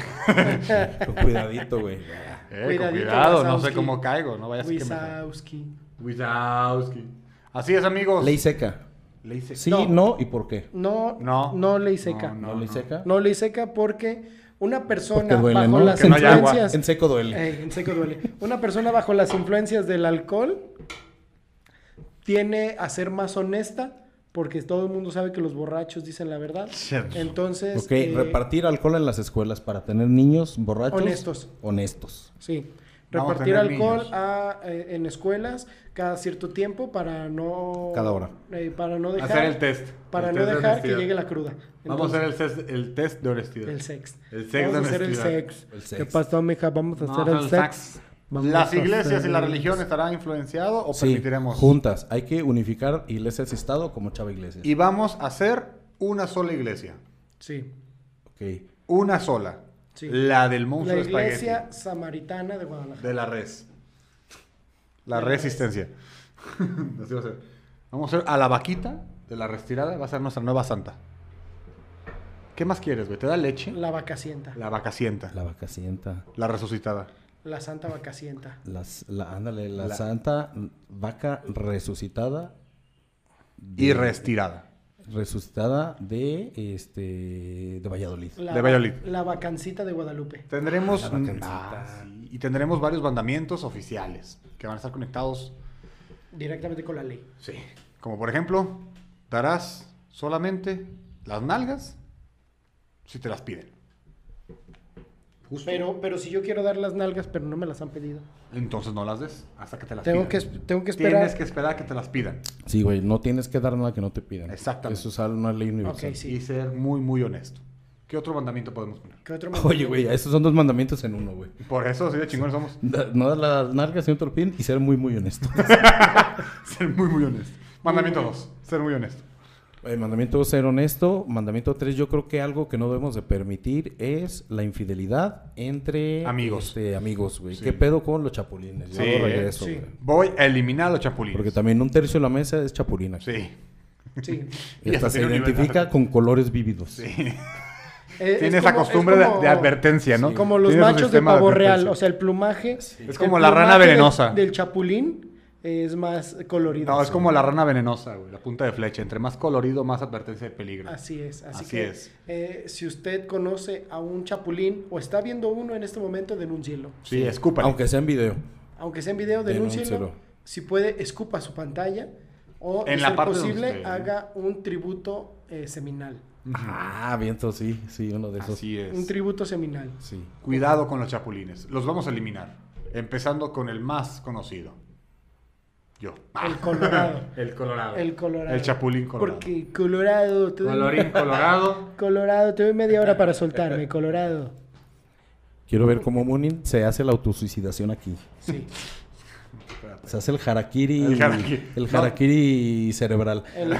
[SPEAKER 4] Con cuidadito, güey.
[SPEAKER 2] Eh, con
[SPEAKER 3] Cuidadito,
[SPEAKER 2] cuidado, no sé
[SPEAKER 3] Wazowski.
[SPEAKER 2] cómo caigo, no vayas a ser que me...
[SPEAKER 3] Wisowski.
[SPEAKER 2] Wizowski. Así es, amigos.
[SPEAKER 4] Ley seca.
[SPEAKER 2] Ley seca.
[SPEAKER 4] Sí,
[SPEAKER 3] No.
[SPEAKER 4] no, y por qué.
[SPEAKER 3] No,
[SPEAKER 2] No.
[SPEAKER 3] no, no ley seca.
[SPEAKER 2] No,
[SPEAKER 3] No,
[SPEAKER 4] No, ley seca.
[SPEAKER 3] ley seca porque una persona
[SPEAKER 4] Porque duele,
[SPEAKER 3] bajo
[SPEAKER 4] ¿no?
[SPEAKER 3] las
[SPEAKER 4] Que no
[SPEAKER 2] haya agua.
[SPEAKER 3] influencias.
[SPEAKER 4] En seco duele.
[SPEAKER 3] Eh, en seco duele. Una persona bajo las influencias del alcohol tiene a ser más honesta porque todo el mundo sabe que los borrachos dicen la verdad.
[SPEAKER 2] Cierto.
[SPEAKER 3] Entonces,
[SPEAKER 4] ok,
[SPEAKER 3] eh,
[SPEAKER 4] repartir alcohol en las escuelas para tener niños borrachos.
[SPEAKER 3] Honestos.
[SPEAKER 4] Honestos.
[SPEAKER 3] sí,
[SPEAKER 2] Vamos a
[SPEAKER 3] repartir
[SPEAKER 2] tener
[SPEAKER 3] alcohol
[SPEAKER 2] niños.
[SPEAKER 3] a, eh, en escuelas cada cierto tiempo para no
[SPEAKER 4] Cada hora.
[SPEAKER 3] eh, para no dejar
[SPEAKER 2] Hacer el test.
[SPEAKER 3] para
[SPEAKER 2] El
[SPEAKER 3] no
[SPEAKER 2] test de
[SPEAKER 3] dejar que
[SPEAKER 2] honestidad.
[SPEAKER 3] llegue la cruda.
[SPEAKER 2] Vamos a
[SPEAKER 3] Entonces,
[SPEAKER 2] hacer el test, el test de honestidad.
[SPEAKER 3] el sex.
[SPEAKER 2] El sex
[SPEAKER 3] Vamos a
[SPEAKER 2] de
[SPEAKER 3] hacer el
[SPEAKER 2] honestidad.
[SPEAKER 3] sex.
[SPEAKER 4] El sex.
[SPEAKER 3] ¿Qué pasó, mija? Vamos a
[SPEAKER 2] No,
[SPEAKER 3] hacer el
[SPEAKER 2] el
[SPEAKER 3] sex.
[SPEAKER 2] sax.
[SPEAKER 3] Vamos
[SPEAKER 2] ¿Las
[SPEAKER 3] a
[SPEAKER 2] iglesias
[SPEAKER 3] hacer
[SPEAKER 2] y la
[SPEAKER 3] el-
[SPEAKER 2] religión estarán influenciados o
[SPEAKER 4] Sí,
[SPEAKER 2] permitiremos?
[SPEAKER 4] juntas. Hay que unificar iglesias y Estado como Chava Iglesias.
[SPEAKER 2] Y vamos a hacer una sola iglesia.
[SPEAKER 3] Sí.
[SPEAKER 4] Ok.
[SPEAKER 2] Una sola.
[SPEAKER 3] Sí.
[SPEAKER 2] La del monstruo
[SPEAKER 3] La
[SPEAKER 2] de
[SPEAKER 3] iglesia
[SPEAKER 2] espagueti.
[SPEAKER 3] samaritana de Guadalajara.
[SPEAKER 2] De la res. La
[SPEAKER 3] De la
[SPEAKER 2] resistencia. Así va a ser. Vamos a hacer a la vaquita de la restirada. Va a ser nuestra nueva santa. ¿Qué más quieres, güey? ¿Te da leche?
[SPEAKER 3] La vacacienta. La,
[SPEAKER 2] La vacacienta.
[SPEAKER 4] La vacacienta.
[SPEAKER 2] La resucitada.
[SPEAKER 3] santa vacacienta.
[SPEAKER 4] Las, la, ándale, la,
[SPEAKER 2] La-
[SPEAKER 4] santa vaca resucitada.
[SPEAKER 2] Y restirada.
[SPEAKER 4] Resucitada de este de Valladolid.
[SPEAKER 3] La,
[SPEAKER 2] De Valladolid.
[SPEAKER 3] La vacancita de Guadalupe.
[SPEAKER 2] Tendremos.
[SPEAKER 4] La vacancita.
[SPEAKER 2] Ah, sí. Y tendremos varios mandamientos oficiales que van a estar conectados
[SPEAKER 3] Directamente con la ley.
[SPEAKER 2] Sí. Como por ejemplo, darás solamente las nalgas si te las piden. Justo.
[SPEAKER 3] Pero, pero si yo quiero dar las nalgas, pero no me las han pedido.
[SPEAKER 2] Entonces no las des hasta que te las
[SPEAKER 3] Tengo
[SPEAKER 2] pidan.
[SPEAKER 3] que, es- tengo que esperar.
[SPEAKER 2] Tienes que esperar a que te las pidan.
[SPEAKER 4] Sí, güey, no tienes que dar nada que no te pidan.
[SPEAKER 2] Exactamente.
[SPEAKER 4] Eso es una ley universal.
[SPEAKER 3] Ok, sí.
[SPEAKER 2] Y ser muy, muy honesto. ¿Qué otro mandamiento podemos poner?
[SPEAKER 3] ¿Qué otro
[SPEAKER 4] Oye,
[SPEAKER 3] mandamiento?
[SPEAKER 4] güey, esos son dos mandamientos en uno, güey.
[SPEAKER 2] Por eso, así de chingones somos.
[SPEAKER 4] Da- No dar las nalgas si no te lo piden y ser muy, muy honesto.
[SPEAKER 2] Ser muy, muy honesto. Mandamiento 2. Ser muy honesto.
[SPEAKER 4] Eh, mandamiento dos, ser honesto. Mandamiento 3, yo creo que algo que no debemos de permitir es la infidelidad entre
[SPEAKER 2] Amigos.
[SPEAKER 4] este, amigos, güey.
[SPEAKER 2] Sí.
[SPEAKER 4] ¿Qué pedo con los chapulines? Yo
[SPEAKER 2] Sí,
[SPEAKER 4] regreso,
[SPEAKER 3] sí.
[SPEAKER 4] güey.
[SPEAKER 2] Voy a eliminar a los chapulines.
[SPEAKER 4] Porque también un tercio de la mesa es chapulina.
[SPEAKER 2] Sí.
[SPEAKER 3] Sí.
[SPEAKER 4] Y
[SPEAKER 2] Y
[SPEAKER 4] hasta
[SPEAKER 2] hasta
[SPEAKER 4] se
[SPEAKER 2] tiene un nivel
[SPEAKER 4] identifica
[SPEAKER 2] alto.
[SPEAKER 4] con colores vívidos.
[SPEAKER 2] Sí.
[SPEAKER 3] Eh,
[SPEAKER 2] Tiene
[SPEAKER 3] es
[SPEAKER 2] esa
[SPEAKER 3] como- es
[SPEAKER 2] costumbre de-
[SPEAKER 3] como-
[SPEAKER 2] de advertencia, ¿no?
[SPEAKER 3] sí, Como los
[SPEAKER 2] Tiene su
[SPEAKER 3] machos de
[SPEAKER 2] sistema de
[SPEAKER 3] pavo real,
[SPEAKER 2] advertencia.
[SPEAKER 3] o sea, el plumaje. el
[SPEAKER 2] Es como la rana
[SPEAKER 3] plumaje del-
[SPEAKER 2] venenosa.
[SPEAKER 3] Del, chapulín es más colorido.
[SPEAKER 2] No, es como la rana venenosa, güey. La punta de flecha. Entre más colorido, más advertencia de peligro.
[SPEAKER 3] Así es, así,
[SPEAKER 2] Así
[SPEAKER 3] que
[SPEAKER 2] es.
[SPEAKER 3] eh, si usted conoce a un chapulín o está viendo uno en este momento, denúncielo.
[SPEAKER 2] Sí, escúpale.
[SPEAKER 4] Aunque sea en video.
[SPEAKER 3] Aunque sea en video, denúncielo.
[SPEAKER 4] Denúncielo.
[SPEAKER 3] Si puede, escupa su pantalla o,
[SPEAKER 2] En
[SPEAKER 3] si
[SPEAKER 2] la
[SPEAKER 3] es
[SPEAKER 2] parte donde
[SPEAKER 3] posible,
[SPEAKER 2] esté.
[SPEAKER 3] haga un tributo eh, seminal.
[SPEAKER 4] Ah, viento, sí, sí, uno de esos.
[SPEAKER 2] Así
[SPEAKER 3] Un
[SPEAKER 2] es.
[SPEAKER 3] tributo seminal.
[SPEAKER 4] Sí.
[SPEAKER 2] Cuidado con los chapulines. Los vamos a eliminar. Empezando con el más conocido. Yo.
[SPEAKER 3] El colorado.
[SPEAKER 2] El colorado.
[SPEAKER 3] El colorado.
[SPEAKER 2] Ah. El chapulín colorado.
[SPEAKER 3] Porque colorado. te doy-
[SPEAKER 2] Colorín colorado.
[SPEAKER 3] Colorado, te doy media hora para soltarme, colorado.
[SPEAKER 4] Quiero ver cómo Moonin se hace la autosuicidación aquí.
[SPEAKER 3] Sí.
[SPEAKER 4] Se hace el harakiri.
[SPEAKER 2] El harakiri.
[SPEAKER 4] el harakiri cerebral.
[SPEAKER 3] El,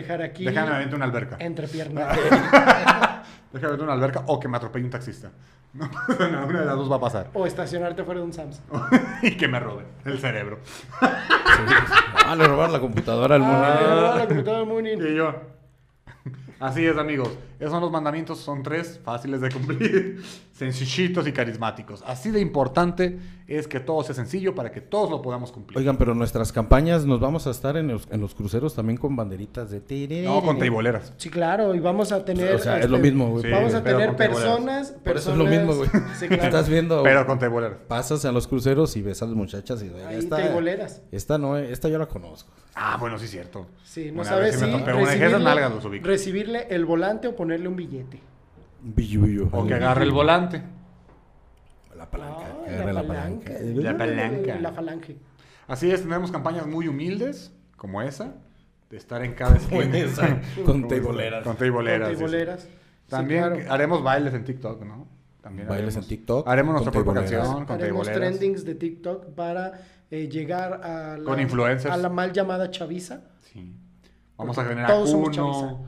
[SPEAKER 3] el harakiri
[SPEAKER 2] Déjame aventar una alberca.
[SPEAKER 3] entre piernas.
[SPEAKER 2] Déjame aventar una alberca o que me atropelle un taxista. No, no, una de las dos va a pasar.
[SPEAKER 3] o estacionarte fuera de un Sam's.
[SPEAKER 2] y que me roben el cerebro.
[SPEAKER 4] Ah, le robaron la computadora al Moonin.
[SPEAKER 3] Ah, la computadora del Moonin.
[SPEAKER 2] Y yo. Así es, amigos. Esos son los mandamientos, son tres, fáciles de cumplir, sencillitos y carismáticos. Así de importante es que todo sea sencillo para que todos lo podamos cumplir.
[SPEAKER 4] Oigan, pero nuestras campañas nos vamos a estar en los, en los cruceros también con banderitas de tiré.
[SPEAKER 2] no con teiboleras.
[SPEAKER 3] Sí, claro, y vamos a tener. este,
[SPEAKER 4] O sea, es lo mismo, güey.
[SPEAKER 2] Sí,
[SPEAKER 3] vamos a
[SPEAKER 2] pero
[SPEAKER 3] tener
[SPEAKER 2] con teiboleras.
[SPEAKER 3] personas,
[SPEAKER 4] Por eso es lo mismo,
[SPEAKER 3] personas-
[SPEAKER 4] güey.
[SPEAKER 3] Sí, claro.
[SPEAKER 4] Estás viendo.
[SPEAKER 2] Pero con teiboleras.
[SPEAKER 4] Pasas a los cruceros y ves a las muchachas y güey,
[SPEAKER 3] Ahí teiboleras.
[SPEAKER 4] Esta no, eh, esta yo la conozco.
[SPEAKER 2] Ah, bueno, sí, cierto.
[SPEAKER 3] Sí, no
[SPEAKER 2] Bueno, a ver
[SPEAKER 3] sabes si,
[SPEAKER 2] me topé una de esas nalgas, los ubico.
[SPEAKER 3] recibirle el volante o ponerle un billete.
[SPEAKER 4] Billuyo.
[SPEAKER 2] O que agarre el volante.
[SPEAKER 4] La palanca.
[SPEAKER 3] Ah,
[SPEAKER 4] que agarre la palanca.
[SPEAKER 2] La palanca.
[SPEAKER 3] La falanque.
[SPEAKER 2] Así es, tenemos campañas muy humildes, como esa, de estar en cada esquina.
[SPEAKER 4] esa, con
[SPEAKER 2] Como esa,
[SPEAKER 4] teiboleras.
[SPEAKER 2] Con teiboleras. sí, sí.
[SPEAKER 3] Teiboleras.
[SPEAKER 2] También
[SPEAKER 3] Sí, claro.
[SPEAKER 2] haremos bailes en TikTok, ¿no? También
[SPEAKER 4] Bailes
[SPEAKER 2] haremos-
[SPEAKER 4] en TikTok
[SPEAKER 2] Haremos
[SPEAKER 4] con
[SPEAKER 2] nuestra propia
[SPEAKER 4] teiboleras.
[SPEAKER 2] canción con
[SPEAKER 3] Haremos
[SPEAKER 2] teiboleras.
[SPEAKER 3] trendings de TikTok para eh, llegar a la,
[SPEAKER 2] Con influencers.
[SPEAKER 3] a la mal llamada chaviza.
[SPEAKER 2] Sí. Vamos a
[SPEAKER 3] Porque
[SPEAKER 2] generar
[SPEAKER 3] todos somos
[SPEAKER 2] uno.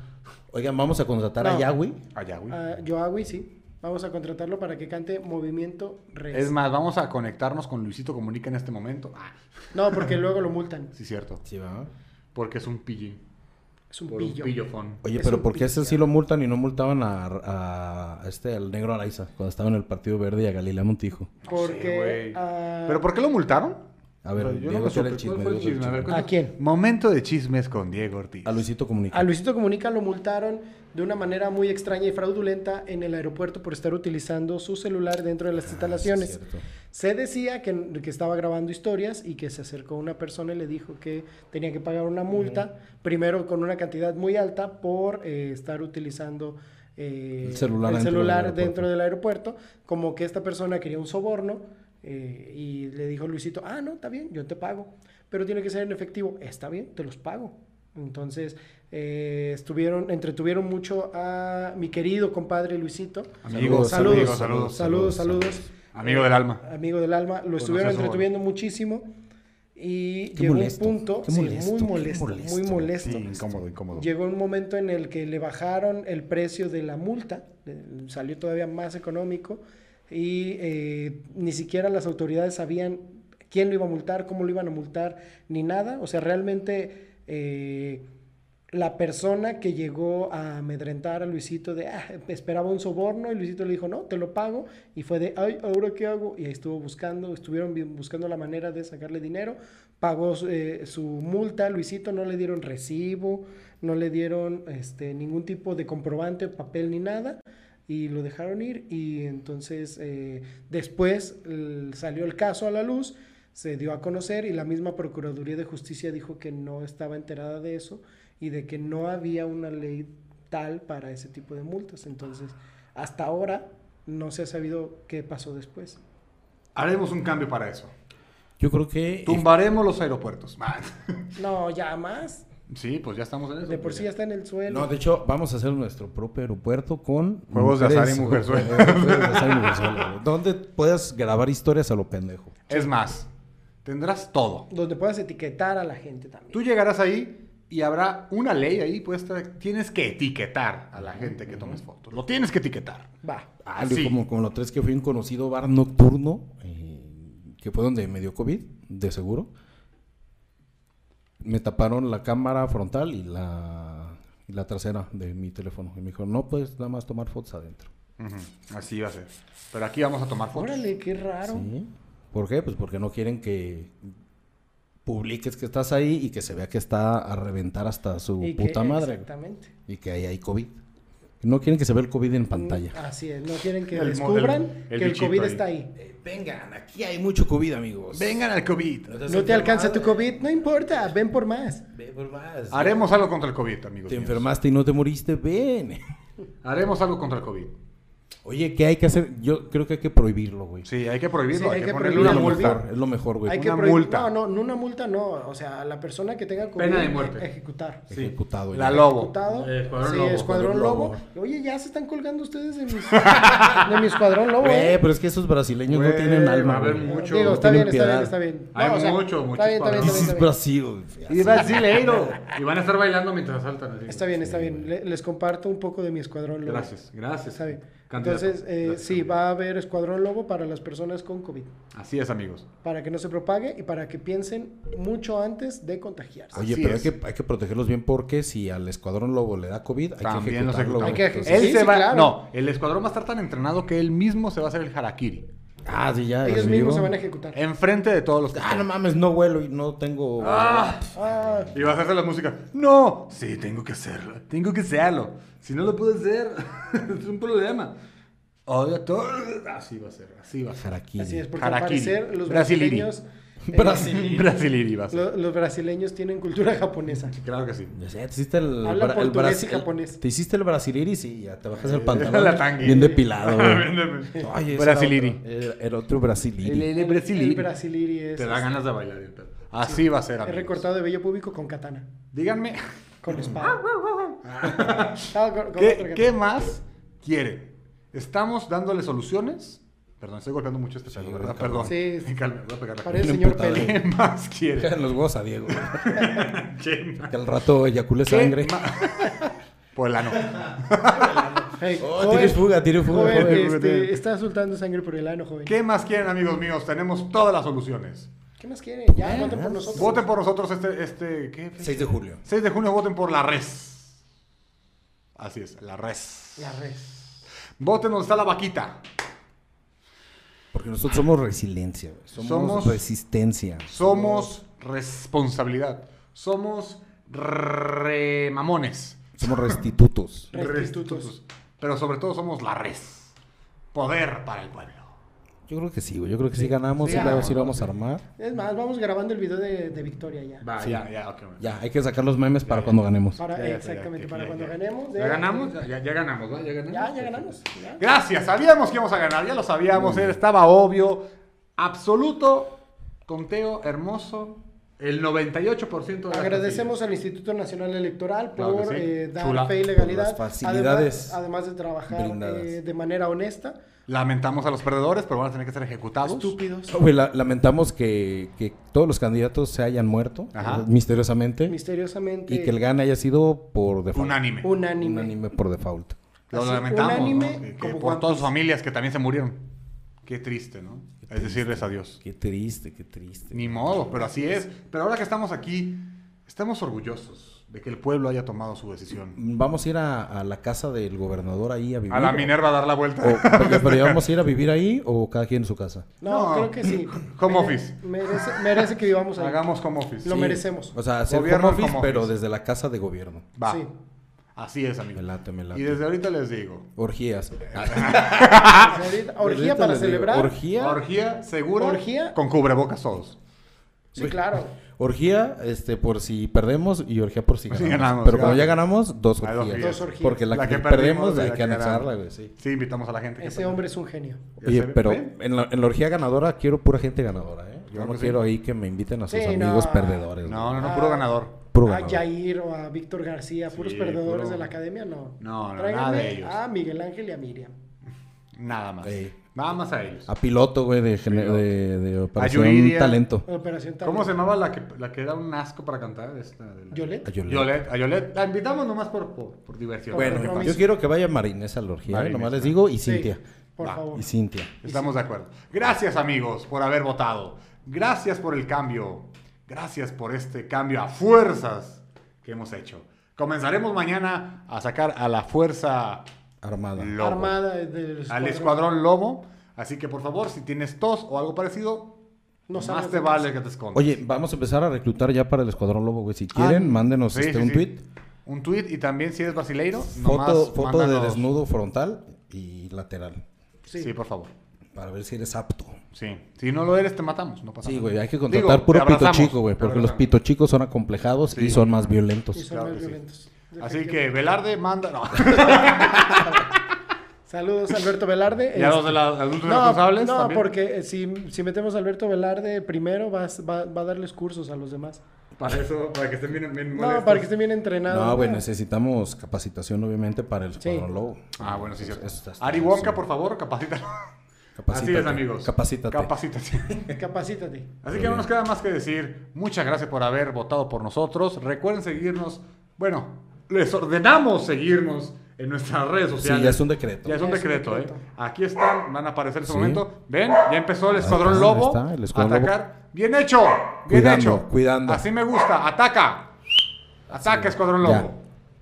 [SPEAKER 4] Oigan, vamos a contratar
[SPEAKER 3] No.
[SPEAKER 4] a Yahweh.
[SPEAKER 2] Allá, güey.
[SPEAKER 3] Ah, Yoawi, sí. Vamos a contratarlo para que cante Movimiento Res.
[SPEAKER 2] Es más, vamos a conectarnos con Luisito Comunica en este momento. Ah,
[SPEAKER 3] No, porque luego lo multan.
[SPEAKER 2] sí, cierto.
[SPEAKER 4] Sí, va.
[SPEAKER 2] Porque es un pillín.
[SPEAKER 3] Es un
[SPEAKER 2] Por un
[SPEAKER 3] pillo.
[SPEAKER 2] pillofón.
[SPEAKER 4] Oye,
[SPEAKER 3] Es
[SPEAKER 4] pero
[SPEAKER 3] un
[SPEAKER 4] ¿por qué ese
[SPEAKER 3] pizza.
[SPEAKER 4] sí lo multan y no multaban a, a- a este, al negro Araiza cuando estaba en el Partido Verde y a Galilea Montijo?
[SPEAKER 3] Porque.
[SPEAKER 2] güey.
[SPEAKER 3] ah,
[SPEAKER 2] ¿Pero por qué lo multaron?
[SPEAKER 4] A ver,
[SPEAKER 2] O sea, yo no
[SPEAKER 4] Diego,
[SPEAKER 2] lo
[SPEAKER 4] ¿cuál era
[SPEAKER 2] supe.
[SPEAKER 4] el chisme?
[SPEAKER 2] ¿Cuál fue el
[SPEAKER 4] Diego,
[SPEAKER 2] chisme? A ver,
[SPEAKER 3] ¿A quién?
[SPEAKER 2] Momento de chismes con Diego Ortiz.
[SPEAKER 4] A Luisito Comunica.
[SPEAKER 3] A Luisito Comunica lo multaron de una manera muy extraña y fraudulenta en el aeropuerto por estar utilizando su celular dentro de las instalaciones.
[SPEAKER 4] Ah, cierto.
[SPEAKER 3] Se decía que, que estaba grabando historias y que se acercó una persona y le dijo que tenía que pagar una multa, primero con una cantidad muy alta por eh, estar utilizando eh,
[SPEAKER 4] El celular
[SPEAKER 3] el
[SPEAKER 4] dentro del
[SPEAKER 3] celular
[SPEAKER 4] aeropuerto.
[SPEAKER 3] dentro del aeropuerto, como que esta persona quería un soborno eh, y le dijo Luisito, ah, no, está bien, yo te pago, pero tiene que ser en efectivo, está bien, te los pago. Entonces, eh, estuvieron, entretuvieron mucho a mi querido compadre Luisito.
[SPEAKER 2] Amigos, amigos,
[SPEAKER 3] saludos,
[SPEAKER 2] saludos,
[SPEAKER 3] saludos, saludos,
[SPEAKER 4] saludos,
[SPEAKER 3] saludos,
[SPEAKER 4] saludos.
[SPEAKER 2] Amigo del alma.
[SPEAKER 3] Amigo del alma, lo estuvieron
[SPEAKER 2] seas
[SPEAKER 3] entretuviendo muchísimo y
[SPEAKER 4] Qué
[SPEAKER 3] llegó
[SPEAKER 4] molesto,
[SPEAKER 3] un punto
[SPEAKER 4] qué
[SPEAKER 3] sí,
[SPEAKER 4] molesto,
[SPEAKER 3] muy
[SPEAKER 4] qué
[SPEAKER 3] molesto,
[SPEAKER 4] molesto.
[SPEAKER 3] muy molesto.
[SPEAKER 2] Sí, incómodo, incómodo.
[SPEAKER 3] Llegó un momento en el que le bajaron el precio de la multa, le- salió todavía más económico y eh, ni siquiera las autoridades sabían quién lo iba a multar, cómo lo iban a multar, ni nada. O sea, realmente eh, la persona que llegó a amedrentar a Luisito de, "Ah, esperaba un soborno y Luisito le dijo, no, te lo pago. Y fue de, ay, ¿ahora qué hago? Y ahí estuvo buscando, estuvieron vi- buscando la manera de sacarle dinero. Pagó eh, su multa, Luisito, no le dieron recibo, no le dieron este, ningún tipo de comprobante, papel ni nada. Y lo dejaron ir y entonces eh, después el- salió el caso a la luz, se dio a conocer y la misma Procuraduría de Justicia dijo que no estaba enterada de eso y de que no había una ley tal para ese tipo de multas. Entonces, hasta ahora no se ha sabido qué pasó después.
[SPEAKER 2] Haremos un cambio para eso.
[SPEAKER 4] Yo creo que...
[SPEAKER 2] Tumbaremos los aeropuertos. Man.
[SPEAKER 3] No, ya más.
[SPEAKER 2] Sí, pues ya estamos en eso.
[SPEAKER 3] De por sí ya está en el suelo.
[SPEAKER 4] No, de hecho, vamos a hacer nuestro propio aeropuerto con...
[SPEAKER 2] Juegos de azar y
[SPEAKER 4] mujeres-
[SPEAKER 2] mujerzuelas.
[SPEAKER 4] Juegos de azar y mujerzuelas, Donde puedas grabar historias a lo pendejo.
[SPEAKER 2] Es más, tendrás todo.
[SPEAKER 3] Donde puedas etiquetar a la gente también.
[SPEAKER 2] Tú llegarás ahí y habrá una ley ahí puesta. Tienes que etiquetar a la gente que tomes fotos. Lo tienes que etiquetar.
[SPEAKER 3] Va.
[SPEAKER 4] Ah,
[SPEAKER 2] Sí.
[SPEAKER 4] como, como lo tres que fui a un conocido bar nocturno, eh, que fue donde me dio COVID, de seguro. Me taparon la cámara frontal y la, y la trasera de mi teléfono. Y me dijo, no puedes nada más tomar fotos adentro.
[SPEAKER 2] Ujú, Así va a ser. Pero aquí vamos a tomar fotos.
[SPEAKER 3] Órale, qué raro.
[SPEAKER 4] Sí. ¿Por qué? Pues porque no quieren que publiques que estás ahí y que se vea que está a reventar hasta su
[SPEAKER 3] Y que-
[SPEAKER 4] puta madre.
[SPEAKER 3] Exactamente.
[SPEAKER 4] Y que ahí hay COVID. No quieren que se vea el COVID en pantalla.
[SPEAKER 3] Así es, no quieren que
[SPEAKER 2] El mo-
[SPEAKER 3] descubran
[SPEAKER 2] el- el
[SPEAKER 3] que el
[SPEAKER 2] bichito
[SPEAKER 3] COVID
[SPEAKER 2] ahí.
[SPEAKER 3] está ahí.
[SPEAKER 4] Eh, vengan, aquí hay mucho COVID, amigos.
[SPEAKER 2] Vengan al COVID.
[SPEAKER 3] No te alcanza tu COVID, no importa, ven por más.
[SPEAKER 2] Haremos algo contra el COVID, amigos.
[SPEAKER 4] Ah, Te
[SPEAKER 2] míos.
[SPEAKER 4] enfermaste y no te moriste, ven.
[SPEAKER 2] Haremos algo contra el COVID.
[SPEAKER 4] Oye, ¿qué hay que hacer? Yo creo que hay que prohibirlo, güey.
[SPEAKER 2] Sí, hay que prohibirlo.
[SPEAKER 3] Sí,
[SPEAKER 2] hay,
[SPEAKER 3] hay
[SPEAKER 2] que,
[SPEAKER 3] que
[SPEAKER 2] ponerle
[SPEAKER 4] es
[SPEAKER 2] una
[SPEAKER 4] lo
[SPEAKER 3] prohibirlo.
[SPEAKER 2] multa.
[SPEAKER 4] mejor, es lo mejor, güey.
[SPEAKER 3] Hay
[SPEAKER 2] una
[SPEAKER 3] que prohibir-
[SPEAKER 2] multa.
[SPEAKER 3] No, no, no, una multa no. O sea, a la persona que tenga COVID.
[SPEAKER 2] Pena de muerte.
[SPEAKER 3] Ejecutar.
[SPEAKER 2] Sí.
[SPEAKER 4] Ejecutado,
[SPEAKER 2] La
[SPEAKER 4] ya.
[SPEAKER 2] lobo.
[SPEAKER 3] Ejecutado.
[SPEAKER 2] Eh, Escuadrón
[SPEAKER 3] sí,
[SPEAKER 2] Lobo.
[SPEAKER 3] Escuadrón
[SPEAKER 4] Escuadrón
[SPEAKER 3] Lobo.
[SPEAKER 4] Lobo.
[SPEAKER 3] Oye, ya se están colgando ustedes de, mis, de mi Escuadrón Lobo.
[SPEAKER 4] Güey,
[SPEAKER 3] ¿eh?
[SPEAKER 4] pero es que esos brasileños
[SPEAKER 2] Güey,
[SPEAKER 4] no tienen
[SPEAKER 2] va a
[SPEAKER 4] alma.
[SPEAKER 2] haber
[SPEAKER 4] güey.
[SPEAKER 2] mucho-
[SPEAKER 3] Digo, está
[SPEAKER 4] no
[SPEAKER 3] bien,
[SPEAKER 4] tienen
[SPEAKER 3] está bien,
[SPEAKER 4] piedad.
[SPEAKER 3] está bien.
[SPEAKER 2] Hay mucho, mucho
[SPEAKER 3] Está bien, está
[SPEAKER 2] escuadrón.
[SPEAKER 3] bien, está bien,
[SPEAKER 4] This is
[SPEAKER 3] está bien.
[SPEAKER 4] Brasil. güey.
[SPEAKER 2] Y brasileiro. Y van a estar bailando mientras asaltan. así.
[SPEAKER 3] Está bien, está bien. Le- les comparto un poco de mi Escuadrón Lobo.
[SPEAKER 2] Gracias, gracias.
[SPEAKER 3] Está bien.
[SPEAKER 2] candidato.
[SPEAKER 3] Entonces, eh,
[SPEAKER 2] Gracias,
[SPEAKER 3] sí,
[SPEAKER 2] candidato.
[SPEAKER 3] va a haber Escuadrón Lobo para las personas con COVID.
[SPEAKER 2] Así es, amigos.
[SPEAKER 3] Para que no se propague y para que piensen mucho antes de contagiarse.
[SPEAKER 4] Oye,
[SPEAKER 2] Así
[SPEAKER 4] pero hay
[SPEAKER 2] es.
[SPEAKER 4] que, hay que protegerlos bien porque si al escuadrón lobo le da COVID, hay que
[SPEAKER 2] También los
[SPEAKER 4] ejecutarlo.
[SPEAKER 2] ejecutamos.
[SPEAKER 4] güey.
[SPEAKER 3] Hay que
[SPEAKER 4] Entonces-
[SPEAKER 2] Él
[SPEAKER 3] Sí,
[SPEAKER 2] se
[SPEAKER 3] sí,
[SPEAKER 2] va.
[SPEAKER 3] claro.
[SPEAKER 2] No, el escuadrón va a estar tan entrenado que él mismo se va a hacer el harakiri.
[SPEAKER 4] Ah, sí, ya.
[SPEAKER 3] Ellos
[SPEAKER 4] en vivo.
[SPEAKER 3] mismos se van a ejecutar.
[SPEAKER 2] Enfrente de todos los que
[SPEAKER 4] Ah, no
[SPEAKER 2] están.
[SPEAKER 4] mames, no vuelo y no tengo...
[SPEAKER 3] Ah,
[SPEAKER 2] Y vas a hacer la música. ¡No! Sí, tengo que hacerlo. Tengo que hacerlo. Si no lo puedo hacer, es un problema. Odio a todos. Así va a ser, así va a ser.
[SPEAKER 4] Harakiri.
[SPEAKER 3] así es, porque
[SPEAKER 2] Harakiri.
[SPEAKER 3] al parecer los
[SPEAKER 2] Brasiliri.
[SPEAKER 3] brasileños, eh,
[SPEAKER 2] Brasiliri. Brasiliri va a ser.
[SPEAKER 3] lo- los brasileños tienen cultura japonesa.
[SPEAKER 2] Claro que sí.
[SPEAKER 4] Ya sé, te hiciste el,
[SPEAKER 3] Habla
[SPEAKER 4] bra- el
[SPEAKER 3] portugués y
[SPEAKER 4] bras-
[SPEAKER 3] japonés.
[SPEAKER 4] Te hiciste el brasileiris y ya te bajas el pantalón.
[SPEAKER 2] La tangui.
[SPEAKER 4] bien depilado. güey.
[SPEAKER 2] Véndeme.
[SPEAKER 4] Ay, ese
[SPEAKER 2] Brasiliri.
[SPEAKER 4] era otro- Era, era otro brasiliri.
[SPEAKER 2] el
[SPEAKER 3] El brasiliri es,
[SPEAKER 2] Te da
[SPEAKER 3] es-
[SPEAKER 2] ganas de bailar. el pedo. Así va a ser,
[SPEAKER 3] es
[SPEAKER 2] amigos.
[SPEAKER 3] recortado de vello público con katana,
[SPEAKER 2] Díganme,
[SPEAKER 3] con espada. Ah, con- con
[SPEAKER 2] Mm. ¿qué,
[SPEAKER 3] otra
[SPEAKER 2] qué
[SPEAKER 3] katana.
[SPEAKER 2] más quieren? ¿Estamos dándole soluciones? Perdón, estoy golpeando mucho este pelo, ¿verdad? Perdón.
[SPEAKER 3] Sí, sí.
[SPEAKER 2] Calma, voy a pegar la
[SPEAKER 3] Parece
[SPEAKER 4] Una
[SPEAKER 3] señor
[SPEAKER 4] putada.
[SPEAKER 3] Pele.
[SPEAKER 2] ¿Qué más quieren?
[SPEAKER 4] Déjale los huevos a Diego.
[SPEAKER 2] ¿Qué más?
[SPEAKER 4] que al rato eyacule sangre.
[SPEAKER 2] Por el ano.
[SPEAKER 3] Hey,
[SPEAKER 4] Oh,
[SPEAKER 3] joven,
[SPEAKER 4] tienes fuga, tienes fuga.
[SPEAKER 3] joven,
[SPEAKER 4] joven.
[SPEAKER 3] este, está soltando sangre por el ano, joven. ¿Qué,
[SPEAKER 2] ¿Qué más quieren, amigos míos? Tenemos todas las soluciones.
[SPEAKER 3] más quieren? Ya, voten por nosotros.
[SPEAKER 2] ¿Eh? Voten por nosotros este... este ¿qué?
[SPEAKER 4] 6 de julio.
[SPEAKER 2] 6 de junio voten por la res. Así es, la res.
[SPEAKER 3] La red.
[SPEAKER 2] Voten donde está la vaquita.
[SPEAKER 4] Porque nosotros somos resiliencia. güey. Somos,
[SPEAKER 2] Somos-
[SPEAKER 4] resistencia.
[SPEAKER 2] Somos responsabilidad. Somos remamones.
[SPEAKER 4] Somos restitutos.
[SPEAKER 3] Restitutos.
[SPEAKER 2] Pero sobre todo somos la res. Poder para el pueblo.
[SPEAKER 4] Yo creo que sí, güey. Yo creo que sí ganamos.
[SPEAKER 2] Sí
[SPEAKER 4] Sí, la
[SPEAKER 2] ganamos,
[SPEAKER 4] sí lo vamos a armar.
[SPEAKER 3] Es más, vamos grabando el video de, de Victoria ya.
[SPEAKER 2] Va, ya, ya, ok.
[SPEAKER 4] Ya, hay que sacar los memes para cuando ganemos.
[SPEAKER 3] Para,
[SPEAKER 2] Ya, ya,
[SPEAKER 3] exactamente,
[SPEAKER 2] ya,
[SPEAKER 3] para
[SPEAKER 2] ya,
[SPEAKER 3] cuando
[SPEAKER 2] ya.
[SPEAKER 3] ganemos.
[SPEAKER 2] ¿Ya
[SPEAKER 3] de-
[SPEAKER 2] ganamos? Ya, ya- ya ganamos, ¿va? ¿Ya ganamos?
[SPEAKER 3] Ya, ya ganamos. ya.
[SPEAKER 2] Gracias, sabíamos que íbamos a ganar, ya lo sabíamos, eh, estaba obvio. Absoluto, conteo hermoso, el 98% de las
[SPEAKER 3] Agradecemos al Instituto Nacional Electoral
[SPEAKER 2] Claro
[SPEAKER 3] por
[SPEAKER 2] que sí.
[SPEAKER 3] eh, dar
[SPEAKER 2] Chula.
[SPEAKER 3] fe y
[SPEAKER 2] Por
[SPEAKER 3] legalidad.
[SPEAKER 4] las facilidades
[SPEAKER 3] Además, además de trabajar
[SPEAKER 4] brindadas.
[SPEAKER 3] eh, de manera honesta.
[SPEAKER 2] casillas. Lamentamos a los perdedores, pero van a tener que ser ejecutados.
[SPEAKER 3] Estúpidos.
[SPEAKER 4] Güey, la- lamentamos que, que todos los candidatos se hayan muerto
[SPEAKER 2] Ajá.
[SPEAKER 4] eh, misteriosamente
[SPEAKER 3] Misteriosamente.
[SPEAKER 4] y que el gane haya sido por default.
[SPEAKER 2] Unánime.
[SPEAKER 3] Unánime.
[SPEAKER 4] Unánime por default.
[SPEAKER 2] Lo
[SPEAKER 3] Así,
[SPEAKER 2] lamentamos,
[SPEAKER 3] unánime,
[SPEAKER 2] ¿no? Que- que
[SPEAKER 3] como
[SPEAKER 2] por
[SPEAKER 3] guantes.
[SPEAKER 2] todas sus familias que también se murieron. Qué triste, ¿no?
[SPEAKER 4] Qué
[SPEAKER 2] es decirles adiós.
[SPEAKER 4] Qué triste, qué triste.
[SPEAKER 2] Ni modo, pero así es. Pero ahora que estamos aquí, estamos orgullosos de que el pueblo haya tomado su decisión.
[SPEAKER 4] Vamos a ir a, a la casa del gobernador ahí a vivir.
[SPEAKER 2] A la
[SPEAKER 4] ¿o?
[SPEAKER 2] Minerva a dar la vuelta.
[SPEAKER 4] O- pero, pero ya vamos a ir a vivir ahí o cada quien en su casa.
[SPEAKER 3] No,
[SPEAKER 2] No.
[SPEAKER 3] creo que sí.
[SPEAKER 2] Home
[SPEAKER 3] Mere-
[SPEAKER 2] office.
[SPEAKER 3] Merece, merece que vivamos ahí.
[SPEAKER 2] pues, Hagamos como office.
[SPEAKER 3] Lo merecemos.
[SPEAKER 4] O sea, hacer
[SPEAKER 2] Gobierno
[SPEAKER 4] home
[SPEAKER 2] y
[SPEAKER 4] office,
[SPEAKER 2] home
[SPEAKER 4] pero
[SPEAKER 2] office.
[SPEAKER 4] desde la casa de gobierno.
[SPEAKER 2] Va.
[SPEAKER 3] Sí.
[SPEAKER 2] Así es, amigo.
[SPEAKER 4] Me late, me late.
[SPEAKER 2] Y desde ahorita les digo.
[SPEAKER 4] Orgías.
[SPEAKER 2] Eh,
[SPEAKER 3] Ahorita-
[SPEAKER 4] Ahorita
[SPEAKER 3] Orgía para
[SPEAKER 4] les digo,
[SPEAKER 3] celebrar.
[SPEAKER 4] Orgía.
[SPEAKER 2] Orgía segura.
[SPEAKER 3] Orgía.
[SPEAKER 2] Con cubrebocas todos.
[SPEAKER 3] Sí, claro.
[SPEAKER 4] Orgía, este, por si perdemos y orgía por si
[SPEAKER 2] Por
[SPEAKER 4] ganamos.
[SPEAKER 2] si ganamos,
[SPEAKER 4] Pero
[SPEAKER 2] claro.
[SPEAKER 4] cuando ya ganamos, dos
[SPEAKER 2] Hay
[SPEAKER 4] orgías.
[SPEAKER 2] dos orgías.
[SPEAKER 3] Dos orgías.
[SPEAKER 4] Porque la, que, perdemos hay que anexarla,
[SPEAKER 2] ganamos.
[SPEAKER 4] güey, sí.
[SPEAKER 2] Sí, invitamos a la gente. que
[SPEAKER 3] Ese hombre es un genio.
[SPEAKER 4] Oye,
[SPEAKER 2] Ese-
[SPEAKER 4] pero
[SPEAKER 2] ¿Eh?
[SPEAKER 4] en la, en la orgía ganadora quiero pura gente ganadora, ¿eh? Yo
[SPEAKER 2] Claro
[SPEAKER 4] no
[SPEAKER 2] que sí.
[SPEAKER 4] quiero ahí que me inviten a sus
[SPEAKER 3] Sí,
[SPEAKER 4] amigos
[SPEAKER 3] no.
[SPEAKER 4] perdedores.
[SPEAKER 2] No,
[SPEAKER 4] güey.
[SPEAKER 2] no,
[SPEAKER 3] Ah.
[SPEAKER 2] no, puro ganador.
[SPEAKER 4] Puro
[SPEAKER 3] a
[SPEAKER 4] ganador.
[SPEAKER 3] Jair o a Víctor García, puros
[SPEAKER 2] Sí,
[SPEAKER 3] perdedores
[SPEAKER 2] puro-
[SPEAKER 3] de la academia, no.
[SPEAKER 2] No, no,
[SPEAKER 3] Tráiganme
[SPEAKER 2] nada de ellos.
[SPEAKER 3] A Miguel Ángel y a Miriam.
[SPEAKER 2] Nada más.
[SPEAKER 4] Sí.
[SPEAKER 2] Nada más a ellos.
[SPEAKER 4] A piloto, güey, de, gene- de, de operación
[SPEAKER 2] Yuridia.
[SPEAKER 4] talento.
[SPEAKER 3] Operación Talento.
[SPEAKER 2] ¿Cómo se llamaba la que, la que era un asco para cantar? Esta de la-
[SPEAKER 3] ¿Yolette?
[SPEAKER 4] A Yolette.
[SPEAKER 2] Yolette. A Yolette. La invitamos nomás por, por, por diversión.
[SPEAKER 3] Bueno,
[SPEAKER 2] Por
[SPEAKER 4] Bueno,
[SPEAKER 3] compromiso.
[SPEAKER 4] yo quiero que vaya Marinés a la orgía, ¿eh?
[SPEAKER 2] Marinés,
[SPEAKER 4] nomás les
[SPEAKER 2] claro.
[SPEAKER 4] digo, y
[SPEAKER 3] Sí,
[SPEAKER 4] Cintia.
[SPEAKER 3] por
[SPEAKER 2] Va,
[SPEAKER 3] favor.
[SPEAKER 4] Y Cintia.
[SPEAKER 2] Estamos de acuerdo. Gracias amigos por haber votado. Gracias por el cambio. Gracias por este cambio a fuerzas que hemos hecho. Comenzaremos mañana a sacar a la fuerza
[SPEAKER 4] Armada.
[SPEAKER 2] Lobo,
[SPEAKER 3] Armada del
[SPEAKER 2] al escuadrón lobo. Así que por favor, si tienes tos o algo parecido,
[SPEAKER 3] No
[SPEAKER 2] más
[SPEAKER 3] sabes
[SPEAKER 2] te
[SPEAKER 3] dónde
[SPEAKER 2] vale que te escondas.
[SPEAKER 4] Oye, vamos a empezar a reclutar ya para el Escuadrón Lobo, güey. Si quieren,
[SPEAKER 2] Ah,
[SPEAKER 4] mándenos
[SPEAKER 2] sí,
[SPEAKER 4] este,
[SPEAKER 2] sí,
[SPEAKER 4] un
[SPEAKER 2] sí.
[SPEAKER 4] tweet.
[SPEAKER 2] Un tweet y también si eres brasileiro,
[SPEAKER 4] Foto,
[SPEAKER 2] nomás
[SPEAKER 4] foto de
[SPEAKER 2] mándanos-
[SPEAKER 4] desnudo frontal y lateral.
[SPEAKER 2] Sí. por favor.
[SPEAKER 4] Para ver si eres apto.
[SPEAKER 2] Sí. Si no lo eres, te matamos. No pasa
[SPEAKER 4] Sí,
[SPEAKER 2] nada.
[SPEAKER 4] güey, hay que
[SPEAKER 2] Digo,
[SPEAKER 4] contratar
[SPEAKER 2] te
[SPEAKER 4] puro pito
[SPEAKER 2] abrazamos,
[SPEAKER 4] chico, güey,
[SPEAKER 2] te
[SPEAKER 4] porque los
[SPEAKER 2] abrazamos.
[SPEAKER 4] pito chicos son acomplejados y son más violentos.
[SPEAKER 3] Y son
[SPEAKER 2] Claro
[SPEAKER 3] más
[SPEAKER 2] que sí.
[SPEAKER 3] violentos.
[SPEAKER 2] Así que Velarde manda. No.
[SPEAKER 3] Saludos, Alberto Velarde.
[SPEAKER 2] ¿Y a
[SPEAKER 3] Este-
[SPEAKER 2] los de la- adultos
[SPEAKER 3] No,
[SPEAKER 2] responsables?
[SPEAKER 3] no
[SPEAKER 2] también?
[SPEAKER 3] porque eh, si, si metemos a Alberto Velarde primero, vas- va, va a darles cursos a los demás.
[SPEAKER 2] Para eso, para que estén bien, bien
[SPEAKER 3] No,
[SPEAKER 2] molestos.
[SPEAKER 3] para que estén bien entrenados.
[SPEAKER 4] No, güey,
[SPEAKER 3] ¿no?
[SPEAKER 4] necesitamos capacitación, obviamente, para el Escuadrón Lobo.
[SPEAKER 2] Ah, bueno, sí, cierto.
[SPEAKER 4] Eso está- está-
[SPEAKER 2] Ari Wonka,
[SPEAKER 4] sí.
[SPEAKER 2] por favor, capacita. Así
[SPEAKER 4] Capacítate,
[SPEAKER 2] es, amigos.
[SPEAKER 4] Capacítate.
[SPEAKER 2] Capacitación.
[SPEAKER 3] Capacítate.
[SPEAKER 2] Así que no nos queda más que decir, muchas gracias por haber votado por nosotros. Recuerden seguirnos, bueno, les ordenamos seguirnos en nuestras redes
[SPEAKER 4] sí,
[SPEAKER 2] sociales.
[SPEAKER 4] ya es un decreto.
[SPEAKER 2] Ya es un
[SPEAKER 3] Ya es un
[SPEAKER 2] decreto, ¿eh?
[SPEAKER 3] decreto.
[SPEAKER 2] Aquí están, van a aparecer en su
[SPEAKER 4] Sí.
[SPEAKER 2] momento. Ven, ya empezó el Escuadrón
[SPEAKER 4] está,
[SPEAKER 2] Lobo
[SPEAKER 4] ahí está, el
[SPEAKER 2] a
[SPEAKER 4] Escuadrón Lobo.
[SPEAKER 2] atacar. Bien hecho, bien
[SPEAKER 4] Cuidando,
[SPEAKER 2] hecho.
[SPEAKER 4] cuidando.
[SPEAKER 2] Así me gusta, ataca. Ataca, Escuadrón
[SPEAKER 4] Ya.
[SPEAKER 2] Lobo.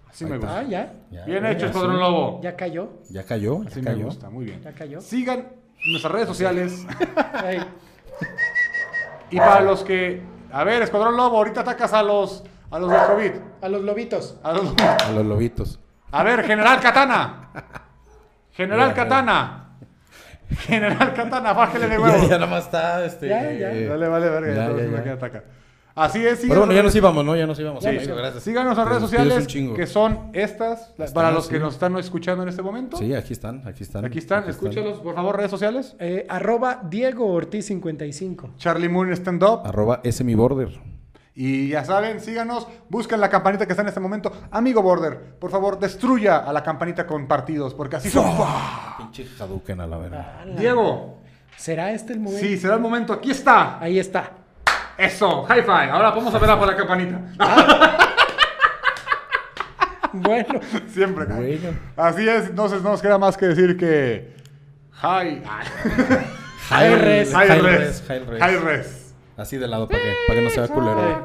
[SPEAKER 2] Así me
[SPEAKER 3] Ah,
[SPEAKER 2] gusta.
[SPEAKER 3] ya.
[SPEAKER 4] Ya,
[SPEAKER 2] Bien
[SPEAKER 4] ya,
[SPEAKER 2] hecho,
[SPEAKER 4] ya,
[SPEAKER 2] Escuadrón
[SPEAKER 4] sí.
[SPEAKER 2] Lobo.
[SPEAKER 3] Ya cayó.
[SPEAKER 4] Ya cayó, ya
[SPEAKER 2] Así me
[SPEAKER 4] cayó.
[SPEAKER 2] gusta, muy bien.
[SPEAKER 3] Ya cayó.
[SPEAKER 2] Sigan nuestras redes sociales.
[SPEAKER 3] Ey,
[SPEAKER 2] Y para los que. A ver, Escuadrón Lobo, ahorita atacas a los. A los del COVID.
[SPEAKER 3] a los lobitos.
[SPEAKER 2] A, los-
[SPEAKER 4] A los lobitos.
[SPEAKER 2] a ver, General Katana. General Katana. General Katana, bájale de
[SPEAKER 4] Ya,
[SPEAKER 2] huevo.
[SPEAKER 4] ya nada más está, este...
[SPEAKER 3] Ya, ya.
[SPEAKER 4] eh,
[SPEAKER 2] Dale, vale, verga.
[SPEAKER 4] Ya,
[SPEAKER 2] entonces
[SPEAKER 4] ya,
[SPEAKER 2] me
[SPEAKER 4] ya.
[SPEAKER 2] queda atacar. Así es,
[SPEAKER 4] Pero bueno, ya nos
[SPEAKER 2] síganos-
[SPEAKER 4] íbamos, ¿no? Ya nos íbamos.
[SPEAKER 2] Sí,
[SPEAKER 4] amigo,
[SPEAKER 2] sí.
[SPEAKER 4] gracias.
[SPEAKER 2] Síganos en
[SPEAKER 4] Te
[SPEAKER 2] redes
[SPEAKER 4] despides un
[SPEAKER 2] sociales,
[SPEAKER 4] chingo.
[SPEAKER 2] que son estas, la-
[SPEAKER 4] Están,
[SPEAKER 2] para los que
[SPEAKER 4] sí.
[SPEAKER 2] nos están escuchando en este momento.
[SPEAKER 4] Sí, aquí están, aquí están.
[SPEAKER 2] Aquí están, escúchalos, por favor, redes sociales.
[SPEAKER 3] Eh, arroba Diego Ortiz 55.
[SPEAKER 2] Charlie Moon Stand Up.
[SPEAKER 4] Arroba ese mi border.
[SPEAKER 2] Y ya saben, síganos, busquen la campanita que está en este momento. Amigo Border, por favor, destruya a la campanita con partidos, porque así son.
[SPEAKER 4] Pinche Hadouken a la verga.
[SPEAKER 2] Diego,
[SPEAKER 3] ¿Será este el momento?
[SPEAKER 2] sí, será el momento. Aquí está.
[SPEAKER 3] Ahí está.
[SPEAKER 2] Eso, hi-fi. Ahora vamos a verla por la campanita.
[SPEAKER 3] Bueno,
[SPEAKER 2] Siempre. cae.
[SPEAKER 4] Bueno.
[SPEAKER 2] Así es, entonces no nos queda más que decir que... Hi.
[SPEAKER 4] High res,
[SPEAKER 2] Hi
[SPEAKER 4] high
[SPEAKER 2] res.
[SPEAKER 4] res, high res.
[SPEAKER 2] Hi res. Ah,
[SPEAKER 4] Así de lado, ¿para que Para que no sea culero.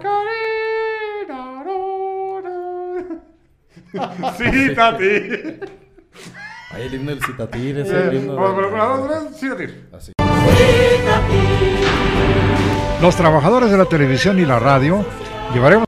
[SPEAKER 2] Sí, Tati.
[SPEAKER 4] Ahí el himno del citatir, ese el himno
[SPEAKER 2] Vamos,
[SPEAKER 4] del-
[SPEAKER 2] vamos, vamos, vamos, sí, Tati.
[SPEAKER 10] Los trabajadores de la televisión y la radio llevaremos